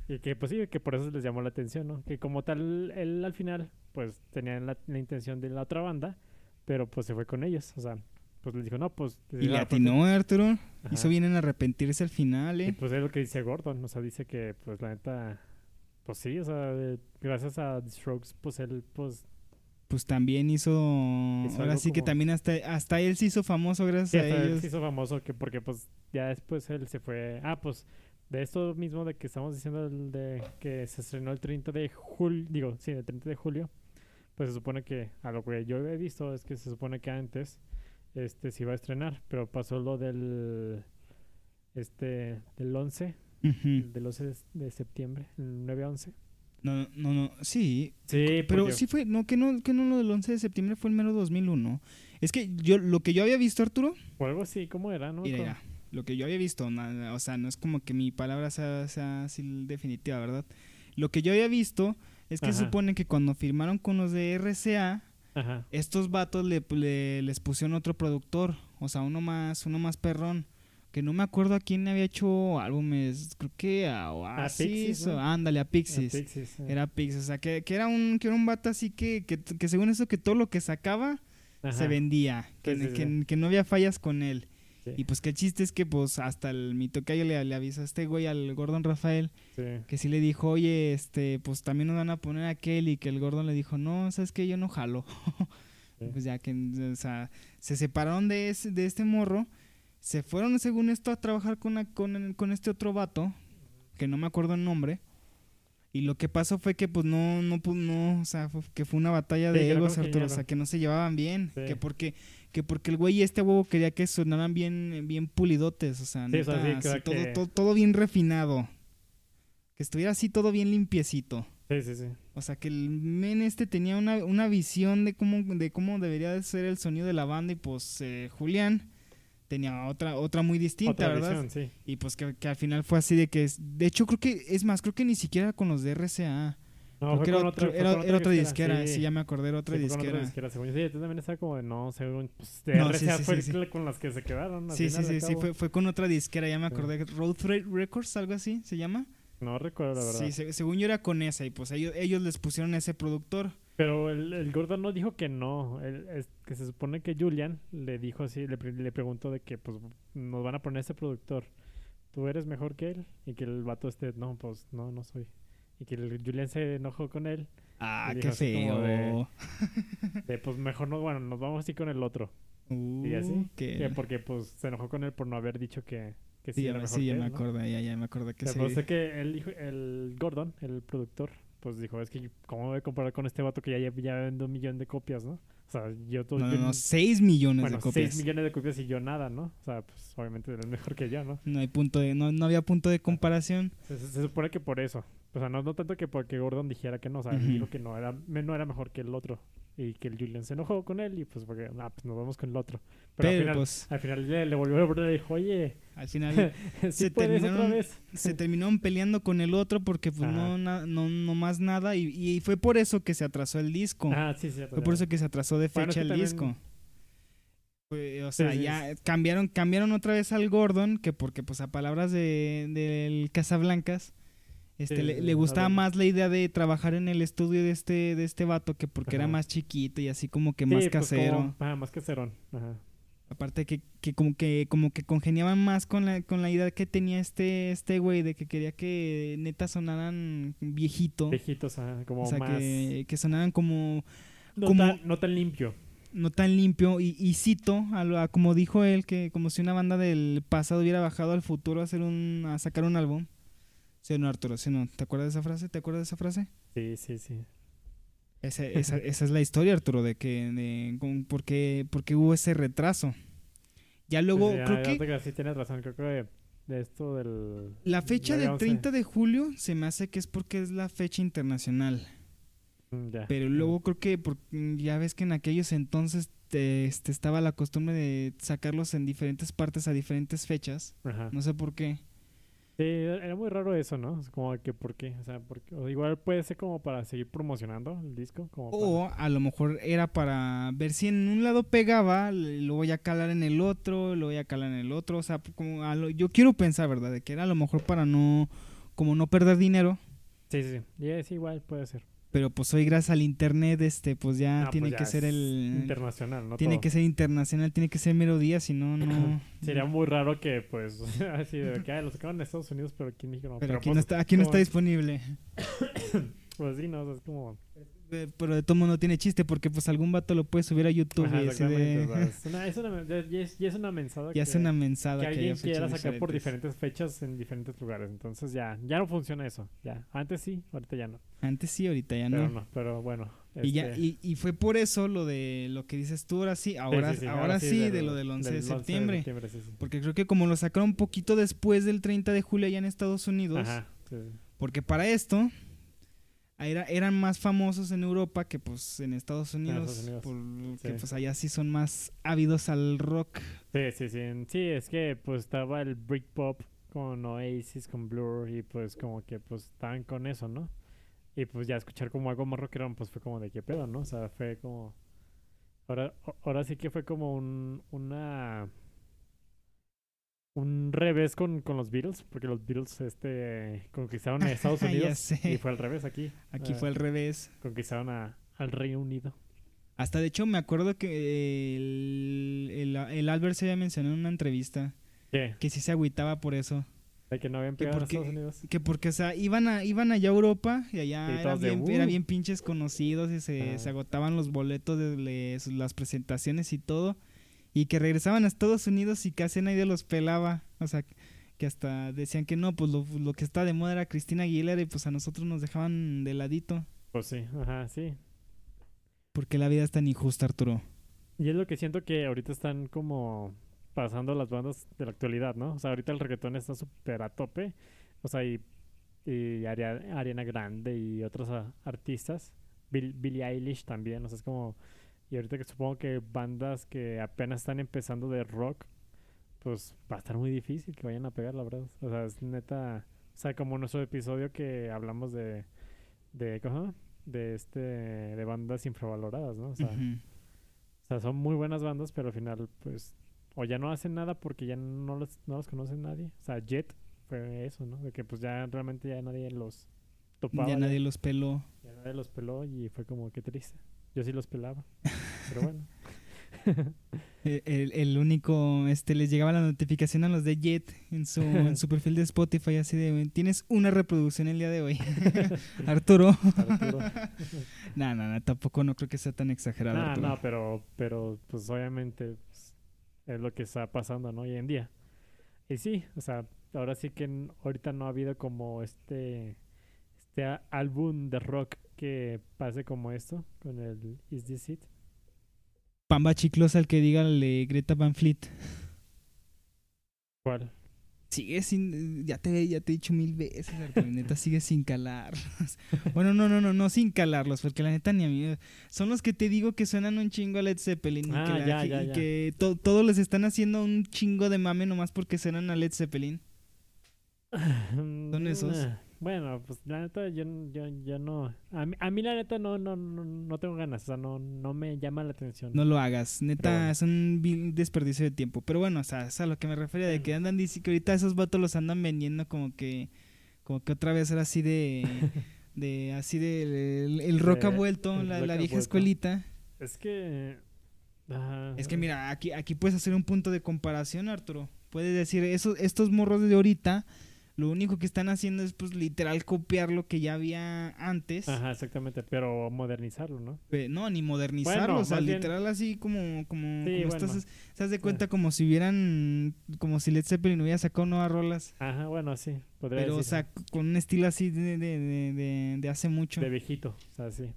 y que pues sí, que por eso les llamó la atención, ¿no? Que como tal, él al final, pues tenían la, la intención de la otra banda, pero pues se fue con ellos, o sea, pues les dijo, no, pues...
Y le
la
atinó, Arturo. Hizo
Ajá.
bien en arrepentirse al final,
Y
¿eh?
pues es lo que dice Gordon, o sea, dice que pues la neta, pues sí, o sea, de- gracias a The Strokes, pues él, pues
Pues también hizo. ahora
algo
sí que
como-
también hasta, hasta él se hizo famoso gracias
sí,
a
hasta él
ellos.
se hizo famoso que porque pues ya después él se fue, ah, pues de esto mismo de que estamos diciendo el de que se estrenó el 30 de julio, digo, sí, el 30 de julio, pues se supone que a lo que yo he visto es que se supone que antes este se iba a estrenar, pero pasó lo del este del 11,
Ujú.
del 11 de- de septiembre, el 9 a 11.
No, no, no. Sí,
Sí,
Pero sí fue, no que, no, que no lo del 11 de septiembre fue el mero 2001. Es que yo, lo que yo había visto, Arturo,
O algo así, ¿cómo era? No me
mira,
acuerdo.
mira, lo que yo había visto, na- o sea, no es como que mi palabra sea, sea así definitiva, ¿verdad? Lo que yo había visto es que
Ajá.
supone que cuando firmaron con los de RCA,
Ajá.
estos vatos le, le- les pusieron otro productor, o sea, uno más, uno más perrón. Que no me acuerdo a quién había hecho álbumes, creo que a Oasis
Pixies, ¿no?
o- ándale, a Pixies.
Ah, Pixies, eh.
Era Pix, o sea, que, que era un que era un vato así que, que, que según eso que todo lo que sacaba
Ajá.
se vendía, que,
Sí, sí, sí.
que- que no había fallas con él.
Sí.
Y pues que el chiste es que pues hasta el mi tocayo le, le avisó a este güey al Gordon Rafael
Sí.
que sí le dijo, "Oye, este, pues también nos van a poner a aquel" y que el Gordon le dijo, "No, sabes que yo no jalo."
Sí.
Pues ya que o sea, se separaron de ese- de este morro, se fueron según esto a trabajar con a- con, con este otro vato que no me acuerdo el nombre. Y lo que pasó fue que pues no, no, pu- no, o sea, fue- que fue una batalla
Sí,
de
que no
egos, Arturo, o
congeniaron.
sea, que no se llevaban bien,
Sí.
que porque, que porque el güey este huevo quería que sonaran bien, bien pulidotes, o sea,
Sí, o sea,
neta,
sí, que
así,
era
todo,
que-
todo, todo bien refinado. Que estuviera así todo bien limpiecito.
Sí, sí, sí.
O sea que el men este tenía una, una visión de cómo, de cómo debería de ser el sonido de la banda y pues eh, Julián tenía otra, otra muy distinta,
Otra
¿verdad?
visión, sí.
Y pues que, que al final fue así de que... es- de hecho, creo que... Es más, creo que ni siquiera con los de RCA.
No,
Creo
fue
que era,
con otra,
otro-
fue
era-
con
era otra disquera.
sí.
Sí. ya me acordé, era otra
Sí, fue con
disquera.
según yo. Sí, yo también estaba como de, no, según, pues, de
No, sí,
RCA
sí,
fue
sí,
el- con las que se quedaron. al
Sí, sí,
final de
sí, sí,
cabo.
fue, fue con otra disquera, ya me
Sí.
acordé. Road Threat Records, algo así, se llama.
No recuerdo, la verdad.
Sí, se- según yo era con esa y pues ellos, ellos les pusieron ese productor.
Pero el, el Gordon no dijo que no. Él- es que se supone que Julian le dijo así, le, pre- le preguntó de que, pues, nos van a poner este productor. ¿Tú eres mejor que él? Y que el vato este, no, pues, no, no soy. Y que el Julian se enojó con él
Ah,
Y
qué
dijo así como
feo.
de- De, pues mejor no, bueno, nos vamos así con el otro.
Uh,
Y así,
qué-
que porque pues se enojó con él por no haber dicho que, que sí,
Sí, ya,
era
me-
mejor
sí,
que
ya
él,
me
¿no?
acordé, ya, ya me acordé que
Pero
sí.
pues, sé que el, hijo- el Gordon, el productor, pues dijo, es que cómo voy a comparar con este vato que ya, lle- ya vende un millón de copias, ¿no? O sea, yo todo...
No,
yo
no, no,
n-
6 millones
bueno,
de
6
copias.
millones de copias y yo nada, ¿no? O sea, pues obviamente eres mejor que yo, ¿no?
No, hay punto de, no, no había punto de comparación.
Se, se- se supone que por eso. O sea, no, no tanto que porque Gordon dijera que no, o sea, él
Ujú.
dijo que no era, me- no era mejor que el otro. Y que el Julian se enojó con él y pues porque, ah, pues nos vamos con el otro. Pero,
Pero,
al final,
pues
al final le, le volvió a hablar y le dijo, oye,
al final
sí
Se
puedes otra
terminaron-
vez.
se terminaron peleando con el otro porque pues
Ajá.
no, na- no, no más nada y, y fue por eso que se atrasó el disco.
Ah, sí, sí.
Fue por eso que se atrasó de
Bueno, es que
fecha el
también-
disco. Fue, o sea,
sí,
ya cambiaron, cambiaron otra vez al Gordon, que porque pues a palabras de, del Casablancas, este,
Sí,
le,
sí,
le
sí,
gustaba
hablando.
más la idea de trabajar en el estudio de este, de este vato que porque era
Ajá.
más chiquito y así como que más casero.
ah, más caserón. Ajá.
Aparte que, que como que como que congeniaban más con la, con la idea que tenía este este güey de que quería que neta sonaran viejito,
Viejitos, ajá, como
o sea
más.
que, que sonaran como
No,
como-
tan, no tan limpio.
no tan limpio y, y cito a, lo- a como dijo él que como si una banda del pasado hubiera bajado al futuro a hacer un a sacar un álbum sí o no Arturo sí o no te acuerdas de esa frase te acuerdas de esa frase
Sí, sí, sí.
esa, esa- esa es la historia Arturo de que de, con- porque porque hubo ese retraso Pues ya luego
Sí, sí,
creo
ah,
que
ahorita Sí, tienes razón. Creo que de, de esto del.
la fecha del
9-11.
30 de julio se me hace que es porque es la fecha internacional
mm, Ya.
Pero luego creo que por- ya ves que en aquellos entonces te- este, estaba la costumbre de sacarlos en diferentes partes a diferentes fechas.
Ajá.
No sé por qué.
Sí, era muy raro eso, ¿no? Es como que por qué, o sea, porque igual puede ser como para seguir promocionando el disco, como para-
O a lo mejor era para ver si en un lado pegaba, l- lo voy a calar en el otro, lo voy a calar en el otro. O sea, como a lo- yo quiero pensar, ¿verdad? De que era a lo mejor para no, como no perder dinero.
Sí, sí, sí. Y es igual puede ser.
Pero pues hoy gracias al internet, este, pues ya
No,
tiene
pues ya
que ser
es
el...
internacional, ¿no?
Tiene
Todo.
que ser internacional, tiene que ser melodía, si no, no...
Sería muy raro que, pues, así de que ah, lo sacaron en Estados Unidos, pero aquí en México no.
Pero aquí
pues,
no está, aquí no está
como-
disponible.
Pues sí, no, o sea, es como.
Eh, Pero de todo modo no tiene chiste porque pues algún vato lo puede subir a YouTube
Ajá,
y así de-
exactamente, o sea, es una, es una, ya, ya es, ya es una mensada.
"Eh". ya es
que-
una
que
mensada que,
alguien
haya fechas
quiera sacar por
diferentes.
diferentes fechas en diferentes lugares. Entonces ya, ya no funciona eso. Ya. Antes sí, ahorita ya no.
Antes sí, ahorita ya
Pero
no.
no, pero bueno.
Y, ya,
este,
y, y fue por eso lo de lo que dices tú ahora sí, ahora,
sí, sí,
ahora, sí, de
del-
lo del 11 de
11
septiembre.
sí, sí.
Porque creo que como lo sacaron un poquito después del 30 de julio allá en Estados Unidos,
Ajá, sí, sí.
porque para esto era- eran más famosos en Europa que pues en Estados Unidos,
Estados Unidos,
porque
sí.
pues allá sí son más ávidos al rock.
Sí, sí, sí. en- Sí, es que pues estaba el Britpop con Oasis, con Blur y pues como que pues estaban con eso, ¿no? Y pues ya escuchar como algo más rockero pues fue como de qué pedo, ¿no? O sea, fue como... Ahora, o- ahora sí que fue como un, una... Un revés con, con los Beatles, porque los Beatles este, conquistaron a Estados
Ya
Unidos
sé.
y fue al revés aquí.
Aquí
Ah,
fue al revés.
Conquistaron a, al Reino Unido.
Hasta de hecho me acuerdo que el, el, el Albert se había mencionado en una entrevista
¿Qué?
que sí se agüitaba por eso.
¿De que no habían
¿Que
pegado a
por qué?
Estados Unidos?
Que porque, o sea, iban, a, iban allá a Europa y allá
Y
eran
todos de,
bien,
"Uh".
eran bien pinches conocidos y se,
Ah.
se agotaban los boletos de le- sus- las presentaciones y todo. Y que regresaban a Estados Unidos y casi nadie los pelaba. O sea, que hasta decían que no, pues lo, lo que está de moda era Cristina Aguilera y pues a nosotros nos dejaban de ladito.
Pues sí, ajá, sí.
Porque la vida es tan injusta, Arturo.
Y es lo que siento que ahorita están como pasando las bandas de la actualidad, ¿no? O sea, ahorita el reggaetón está súper a tope. O sea, y, y Aria- Ariana Grande y otros ah, artistas. Bill- Billie Eilish también, o sea, es como... Y ahorita que supongo que bandas que apenas están empezando de rock, pues va a estar muy difícil que vayan a pegar, la verdad. O sea, es neta... O sea, como nuestro episodio que hablamos de... de ¿Cómo se llama? De este... De bandas infravaloradas, ¿no? O sea...
Ujú.
O sea, son muy buenas bandas, pero al final, pues, o ya no hacen nada porque ya no los, no los conoce nadie. O sea, Jet fue eso, ¿no? De que pues ya realmente ya nadie los topaba.
Ya nadie los peló.
ya nadie los peló y fue como, qué triste. Yo sí los pelaba. Pero bueno.
Eh, El, el único, este, les llegaba la notificación a los de Jet en su, en su perfil de Spotify, así de, tienes una reproducción el día de hoy, Arturo.
Arturo.
No, no, no, tampoco no creo que sea tan exagerado,
no,
Arturo.
Ah, no, pero, pero pues obviamente pues, es lo que está pasando, ¿no? Hoy en día. Y sí, o sea, ahora sí que n- ahorita no ha habido como este, este a- álbum de rock que pase como esto, con el Is This It.
Pamba chiclosa al que diga le Greta Van Fleet.
¿Cuál?
Sigue sin, ya te, ya te he dicho mil veces, Arturo, neta, sigue sin calarlos. Bueno, no, no, no, no sin calarlos, porque la neta ni a mí, son los que te digo que suenan un chingo a Led Zeppelin y
Ah,
que, la-
ya,
que-
ya,
y
ya.
que to- todos les están haciendo un chingo de mame nomás porque suenan a Led Zeppelin.
Son
esos.
Bueno, pues la neta, yo, n- yo, yo no. A mí, a mí la neta no, no, no, no tengo ganas, o sea, no, no me llama la atención.
No lo hagas, neta,
Pero bueno.
es un vil desperdicio de tiempo. Pero bueno, o sea, es a lo que me refería, de que andan diciendo que ahorita esos vatos los andan vendiendo como que, como que otra vez era así de, de así de, el, el rock
De-
ha vuelto,
el
la,
rock
la
ha
vieja
vuelto.
escuelita.
Es que. ah,
Es que mira, aquí, aquí puedes hacer un punto de comparación, Arturo. Puedes decir, esos, estos morros de ahorita, lo único que están haciendo es pues literal copiar lo que ya había antes.
Ajá, exactamente, pero modernizarlo, ¿no?
Eh, No, ni modernizarlo,
Bueno,
o sea,
más bien-
literal así como, como,
Sí, bueno.
como estás, se hace cuenta como si hubieran, como si Led Zeppelin hubiera sacado nuevas rolas,
Ajá, bueno, Pues sí, podría
pero o
decirse.
sea, con un estilo así de, de, de, de- de hace mucho.
De viejito, o sea, sí.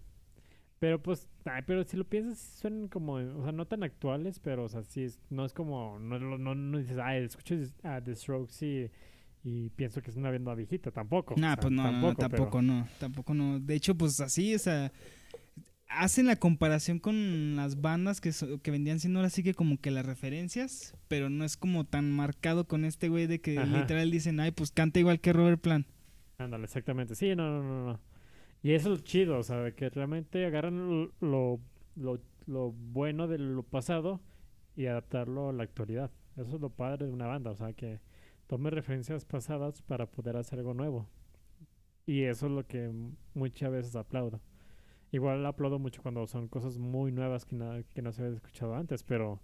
Pero pues, ay, pero si lo piensas, sí suenan como, o sea, no tan actuales, pero, o sea, sí, es- no es como, no, es lo- no, no dices, ah, escucho a The Strokes y, Y pienso que es una venda viejita, tampoco.
Nah,
o sea,
pues no, no, no,
pero-
tampoco no, tampoco no. De hecho, pues así, o sea, hacen la comparación con las bandas que, so- que vendían siendo ahora sí que como que las referencias, pero no es como tan marcado con este güey de que
Ajá.
literal dicen, ay, pues canta igual que Robert Plant.
Ándale, exactamente. Sí, no, no, no, no. Y eso es lo chido, o sea, de que realmente agarran lo, lo, lo- lo bueno de lo pasado y adaptarlo a la actualidad. Eso es lo padre de una banda, o sea, que tome referencias pasadas para poder hacer algo nuevo. Y eso es lo que m- muchas veces aplaudo. Igual aplaudo mucho cuando son cosas muy nuevas que, na- que no se habían escuchado antes, pero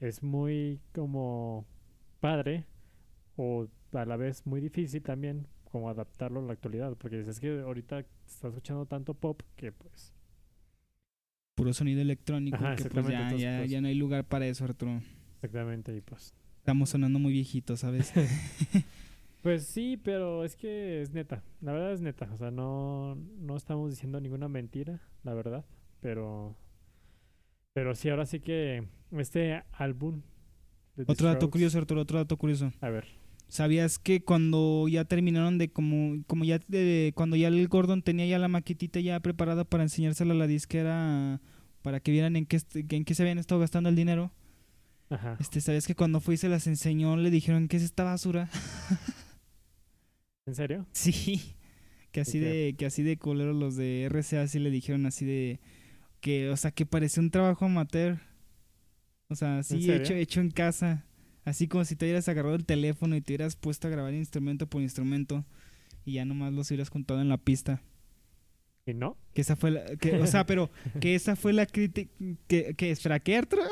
es muy como padre o a la vez muy difícil también como adaptarlo a la actualidad, porque es que ahorita se está escuchando tanto pop que pues
Puro sonido electrónico,
Ajá,
que pues
exactamente,
ya,
entonces,
ya,
pues-
ya no hay lugar para eso, Arturo.
exactamente y pues
Estamos sonando muy viejitos, ¿sabes?
pues sí, pero es que es neta, la verdad es neta, o sea, no no estamos diciendo ninguna mentira, la verdad, pero pero sí ahora sí que este álbum de The
otro dato
Strokes-
curioso, Arturo, otro dato curioso.
a ver,
¿Sabías que cuando ya terminaron de como, como ya de- cuando ya el Gordon tenía ya la maquetita ya preparada para enseñársela a la disquera para que vieran en qué, est- en qué se habían estado gastando el dinero?
ajá.
Este, ¿sabías que cuando fue y se las enseñó le dijeron que es esta basura?
¿En serio?
Sí. Que así
Ok.
de que así de colero los de RCA sí le dijeron así de que o sea, que parecía un trabajo amateur. O sea, así
serio?
hecho hecho en casa, así como si te hubieras agarrado el teléfono y te hubieras puesto a grabar instrumento por instrumento y ya nomás los hubieras juntado en la pista.
¿Y no?
Que esa fue la, que, o sea, pero que esa fue la crítica que que espera, ¿qué, Arturo?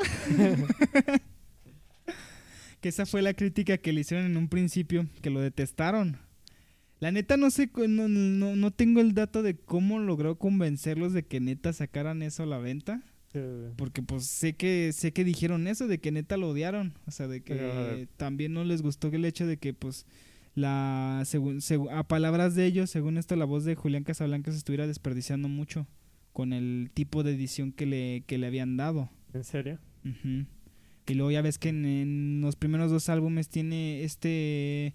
que esa fue la crítica que le hicieron en un principio, que lo detestaron. La neta no sé, cu- no, no, no tengo el dato de cómo logró convencerlos de que neta sacaran eso a la venta,
Eh,
porque pues sé que sé que dijeron eso de que neta lo odiaron, o sea, de que
Pero, a ver.
también no les gustó el hecho de que pues la según, segu- a palabras de ellos, según esto la voz de Julián Casablanca se estuviera desperdiciando mucho con el tipo de edición que le que le habían dado.
¿En serio?
Ujú. Y luego ya ves que en, en los primeros dos álbumes tiene este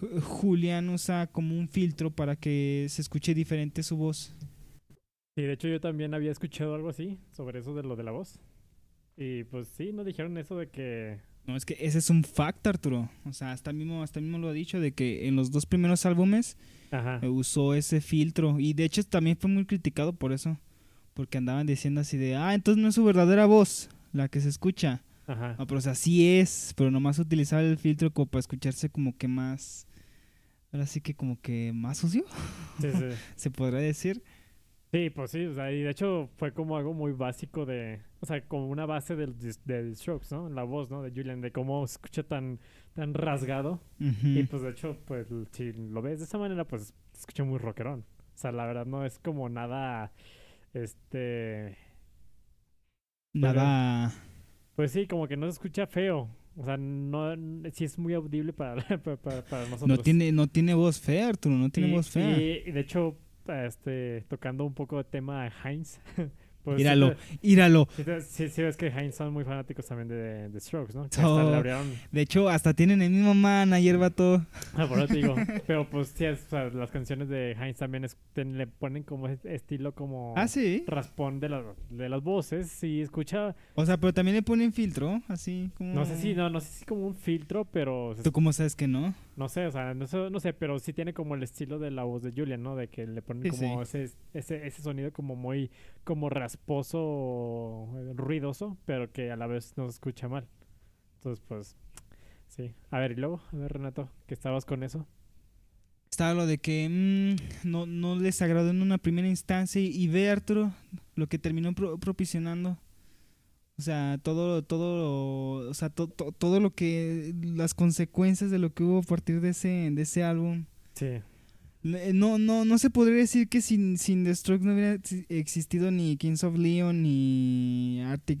Ju- Julián usa como un filtro para que se escuche diferente su voz.
Sí, de hecho yo también había escuchado algo así sobre eso de lo de la voz. Y pues sí, nos dijeron eso de que
No, es que ese es un fact, Arturo. O sea, hasta mismo, hasta mismo lo ha dicho de que en los dos primeros álbumes
ajá.
eh, usó ese filtro. Y de hecho también fue muy criticado por eso. Porque andaban diciendo así de, ah, entonces no es su verdadera voz la que se escucha.
Ajá.
No, pero o sea, sí es, pero nomás utilizaba el filtro como para escucharse como que más. Ahora sí que como que más sucio,
Sí, sí.
se podría decir.
Sí, pues sí, o sea, y de hecho fue como algo muy básico de, o sea, como una base del, dis- del Strokes, ¿no? La voz, ¿no? De Julian, de cómo se escucha tan, tan rasgado. Y
Ujú.
pues de hecho, pues l- si lo ves de esa manera, pues se escucha muy rockerón. O sea, la verdad no es como nada, este,
Nada.
pues sí, como que no se escucha feo. O sea, no, n- sí es muy audible para, para, para- para nosotros.
No tiene, no tiene voz fea, Arturo, no tiene
Y-
voz fea.
Y, y de hecho, este, tocando un poco de tema de Heinz. pues,
Míralo,
siempre-
íralo.
Sí, te- sí, sí, ves que Heinz son muy fanáticos también de, de Strokes, ¿no? Que
Oh.
hasta le abrieron,
De hecho, hasta tienen el mismo manager, vato.
ah, por eso te digo. Pero pues sí, es- o sea, las canciones de Heinz también es- te- le ponen como es- estilo como
Ah, sí.
raspón de, las de las voces. Y escucha,
O sea, pero también le ponen filtro, así como.
no sé si, no, no sé si como un filtro, pero se-
Mm. ¿Tú cómo sabes que no?
no sé, o sea, no sé, no sé, pero sí tiene como el estilo de la voz de Julian, ¿no? De que le ponen
Sí,
como Ese, ese, ese sonido como muy, como rasposo, eh, ruidoso, pero que a la vez no se escucha mal. Entonces, pues, sí. A ver, y luego, a ver, Renato, que estabas con eso.
Estaba lo de que mm, no, no les agradó en una primera instancia y, y ve Arturo lo que terminó pro- propicionando. O sea, todo, todo, lo- o sea, to- to- todo lo que, las consecuencias de lo que hubo a partir de ese, de ese álbum.
Sí,
Eh, No, no, no se podría decir que sin, sin The Strokes no hubiera exi- existido ni Kings of Leon, ni Arctic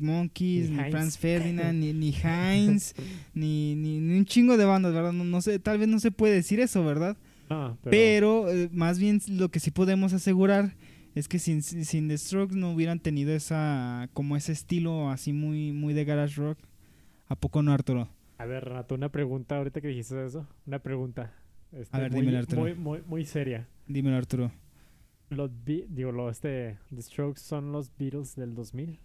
Ni
Monkeys, ni,
Heinz.
Franz Ferdinand, ni, ni Heinz, ni, ni, ni un chingo de bandas, ¿verdad? No, no sé, tal vez no se puede decir eso, ¿verdad?
no, pero,
Pero, eh, más bien lo que sí podemos asegurar es que sin, sin The Strokes no hubieran tenido esa como ese estilo así muy muy de garage rock. ¿A poco no, Arturo?
a ver, Renato, una pregunta, ahorita que dijiste eso, una pregunta. este,
A ver,
muy,
dímela, Arturo.
muy, muy, muy seria.
Dímelo, Arturo.
Los Be- digo, lo, este, The Strokes son los Beatles del 2000.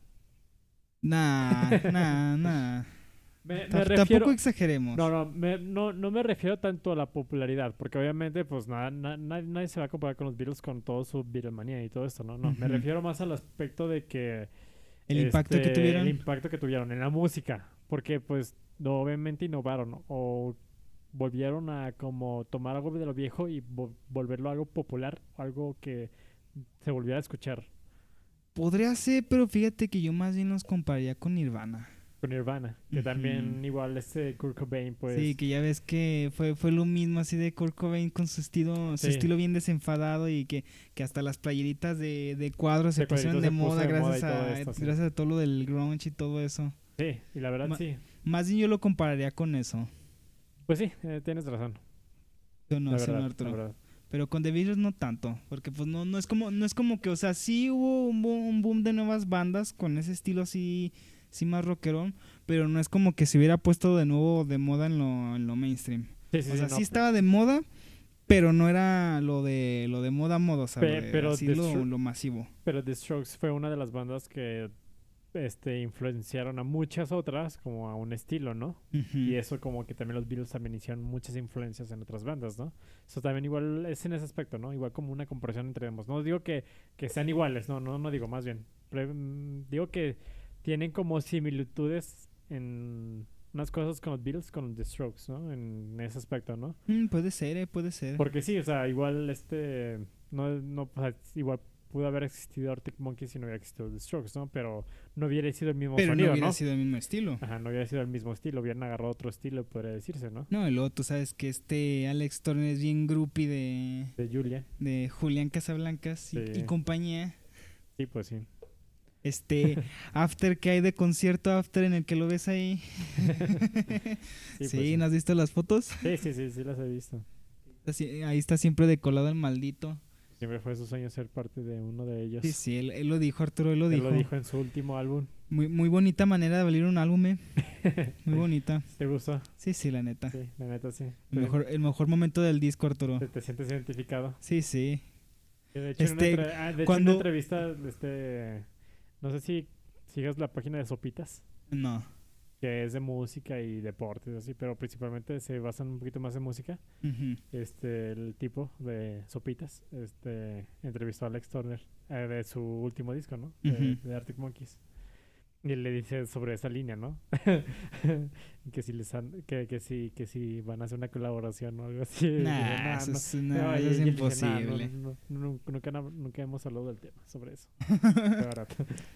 Nah, nah, nah.
Me, me
Ta-
refiero,
Tampoco exageremos.
no, no, me- no, no me refiero tanto a la popularidad, porque obviamente pues nada, na- nadie, nadie se va a comparar con los Beatles con todo su Beatlemania y todo esto, ¿no? No, me
Ujú.
refiero más al aspecto de que...
El impacto que
este,
tuvieron.
El impacto que tuvieron en la música, porque pues no, obviamente innovaron o volvieron a como tomar algo de lo viejo y vo- volverlo algo popular, algo que se volviera a escuchar
Podría ser, pero fíjate que yo más bien los compararía con Nirvana.
con Nirvana, que también
Ujú.
igual este Kurt Cobain pues
sí, que ya ves que fue, fue lo mismo así de Kurt Cobain con su estilo, su
Sí.
estilo bien desenfadado y que, que hasta las playeritas de, de cuadros se
De cuadritos
pusieron de
se puso
moda
de moda y
gracias,
todo
a,
esto, sí.
gracias a todo lo del grunge y todo eso.
sí, y la verdad
Ma-
sí.
Más bien yo lo compararía con eso.
Pues sí, eh, tienes razón.
Yo no,
la
sí, no,
verdad, la
Arturo.
verdad.
Pero con The Beatles no tanto, porque pues no, no es como, no es como que, o sea, sí hubo un boom, un boom de nuevas bandas con ese estilo así, sí más rockerón, pero no es como que se hubiera puesto de nuevo de moda en lo, en lo mainstream.
Sí, sí, sí,
o sea,
no, pues.
sí estaba de moda, pero no era lo de lo de moda moda, o sea,
Pe-
lo de-
pero
así
The
lo,
Stro-
lo masivo.
Pero The Strokes fue una de las bandas que este influenciaron a muchas otras como a un estilo, ¿no?
Ujú.
Y eso como que también los Beatles también hicieron muchas influencias en otras bandas, ¿no? Eso también igual es en ese aspecto, ¿no? Igual como una comparación entre ambos. No digo que, que sean iguales, no, no, no digo, más bien. Pre- mm, digo que tienen como similitudes en unas cosas con los Beatles, con The Strokes, ¿no? En ese aspecto, ¿no?
Mm, puede ser, eh, puede ser.
Porque sí, o sea, igual este, no, no, o sea, igual pudo haber existido Arctic Monkeys si no hubiera existido The Strokes, ¿no? Pero no hubiera sido el mismo
pero no
sonido,
hubiera
¿no?
sido el mismo estilo.
Ajá, no hubiera sido el mismo estilo, hubieran agarrado otro estilo, podría decirse, ¿no?
No, el otro, sabes que este Alex Turner es bien groupie de,
De Julia.
de Julián Casablancas y-
Sí.
y compañía.
Sí, pues sí.
Este after que hay de concierto after en el que lo ves ahí.
Sí,
Sí,
pues sí.
¿no has visto las fotos?
Sí, sí, sí, sí las he visto.
Así- Ahí está siempre decolado el maldito.
Siempre fue su sueño ser parte de uno de ellos.
Sí, sí, él, él lo dijo, Arturo, él lo
Pues Él
dijo.
lo dijo en su último álbum.
Muy, muy bonita manera de abrir un álbum, eh. Muy bonita.
¿Te gustó?
Sí, sí, la neta.
Sí, la neta sí.
El mejor, el mejor momento del disco, Arturo.
Te, te sientes identificado.
Sí, sí.
Y De hecho, en una
Este,
entre- ah, de hecho, en
cuando-
una entrevista, este, no sé si sigas la página de Sopitas,
No.
que es de música y deportes, así, pero principalmente se basan un poquito más en música.
Ujú.
Este, el tipo de Sopitas, este, entrevistó a Alex Turner eh, de su último disco, ¿no? De,
Ujú.
de Arctic Monkeys. Y le dice sobre esa línea, ¿no? que si les han- que, que si, que si van a hacer una colaboración o algo así. Y yo,
Nah,
"Nah,
eso
no".
es, nah,
No, y-
eso es
y él dice, "Nah, no,
imposible.
no, no, no, nunca, nunca hemos hablado del tema sobre eso. De verdad.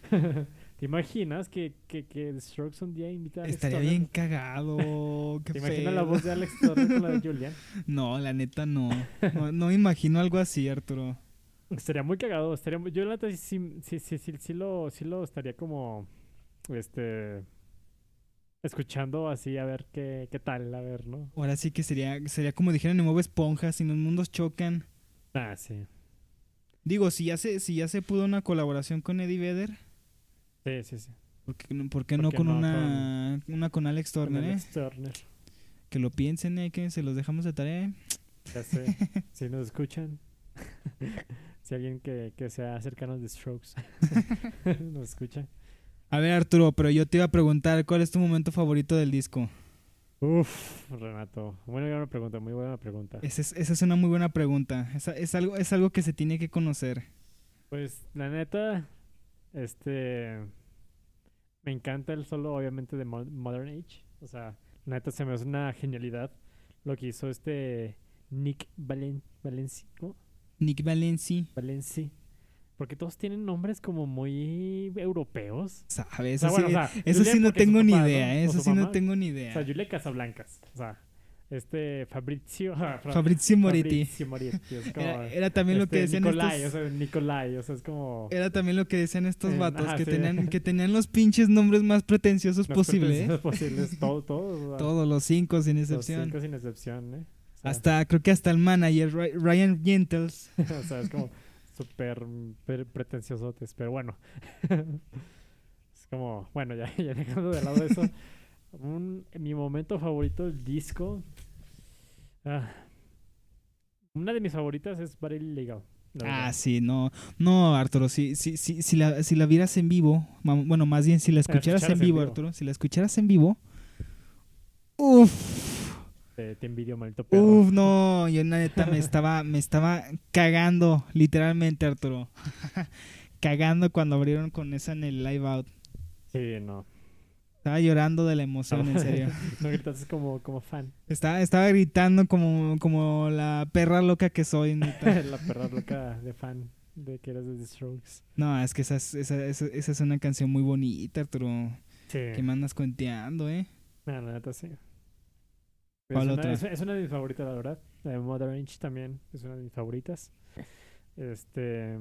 ¿Te imaginas que, que, que The Strokes un día invita a Alex
Estaría
Turner?
bien cagado. qué
¿Te imaginas la
pedo.
voz de Alex Turner con la de Julian?
No, la neta no. No, no me imagino algo así, Arturo.
Estaría muy cagado, estaría muy- yo la neta sí, sí, sí, sí, sí- sí lo, sí lo estaría como, este, escuchando así a ver qué, qué tal, a ver, ¿no?
Ahora sí que sería, sería como dijeron en Bob Esponja, si los mundos chocan.
Ah, sí,
Digo, si ya se, si ya se pudo una colaboración con Eddie Vedder,
sí, sí, sí.
¿por qué, no- por qué
¿Por
no
qué
con
no
una, una con Alex
Con
Turner? eh?
Alex Turner,
Que lo piensen, eh, que se los dejamos de tarea. eh.
ya sé, si nos escuchan, si alguien que, que sea cercano a The Strokes nos escucha.
A ver, Arturo, pero yo te iba a preguntar, ¿cuál es tu momento favorito del disco?
Uf, Renato, bueno, una pregunta, muy buena pregunta.
Esa es, esa es una muy buena pregunta. Esa- es, algo, es algo que se tiene que conocer.
Pues la neta, este, me encanta el solo obviamente de Mo- Modern Age. O sea, la neta se me hace una genialidad lo que hizo este Nick Valen Valenci, ¿cómo?
Nick Valenci,
Valenci. Porque todos tienen nombres como muy europeos.
¿sabes?
O sea,
Eso,
Ah, bueno,
sí-
o sea,
eso
Julian
sí no
porque su
tengo ni
papá, ¿no?
idea, eh,
O
eso
su
sí no
mamá.
tengo ni
O
idea.
sea, Julia Casablancas. O sea, este Fabrizio.
Fabrizio Moretti.
Fabrizio Moretti. Es como,
Era, era también lo
este,
que decían
Nicolai,
estos-
o sea, Nicolai. O sea, es como...
Era también lo que decían estos
Eh,
vatos,
ajá,
que,
sí.
tenían, que tenían los pinches nombres más pretenciosos
los
posible. ¿eh?
pretenciosos posibles, todo, todo. o sea,
Todos los cinco, sin
Los
excepción.
cinco sin excepción, ¿eh? O sea,
Hasta, creo que hasta el manager, Ry- Ryan Gentles.
o sea, es como súper mm, pre- pretenciosotes, pero bueno. es como, bueno, ya, ya dejando de lado eso. un- mi momento favorito del disco. ah, Una de mis favoritas es Battle Legal.
Ah, sí, no, no, Arturo, si, si, si, si, la, si la vieras en vivo, mam- bueno, más bien si la escucharas en
escucharas en
vivo,
vivo.
Arturo, si la escucharas en vivo, uff,
este, Te, te envidio, maldito perro.
uff, no, yo la neta me estaba, me estaba cagando, literalmente, Arturo, cagando cuando abrieron con esa en el live out,
Sí, no.
estaba llorando de la emoción, en serio,
No gritas como, como fan.
estaba, estaba gritando como, como la perra loca que soy, neta.
la perra loca de fan de que eres de The Strokes.
no, es que esa, es- esa, esa, esa es una canción muy bonita, Arturo,
Sí.
que me andas cuenteando, eh.
No, la neta sí. Es
¿Cuál
una,
otra?
Es, es una de mis favoritas, la verdad. La de Mother Inch también es una de mis favoritas. Este.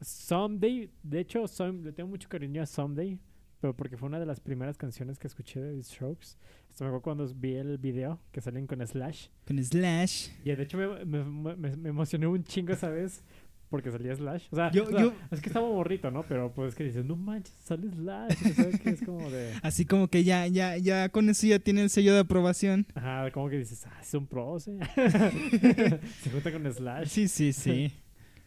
Someday, de hecho, Some- le tengo mucho cariño a Someday, pero porque fue una de las primeras canciones que escuché de The Strokes. Esto me acuerdo cuando vi el video que salen con Slash.
Con Slash.
Y de hecho me, me- me- me emocioné un chingo esa vez porque salía Slash. O sea,
Yo-
o sea,
yo-
es que estaba borrito, ¿no? Pero pues que dices, no manches, sale Slash. y ¿Sabes qué? Es como de.
Así como que ya, ya, ya con eso ya tiene el sello de aprobación.
Ajá, como que dices, ah, es un pro, sí. Se junta con Slash.
Sí, sí, sí.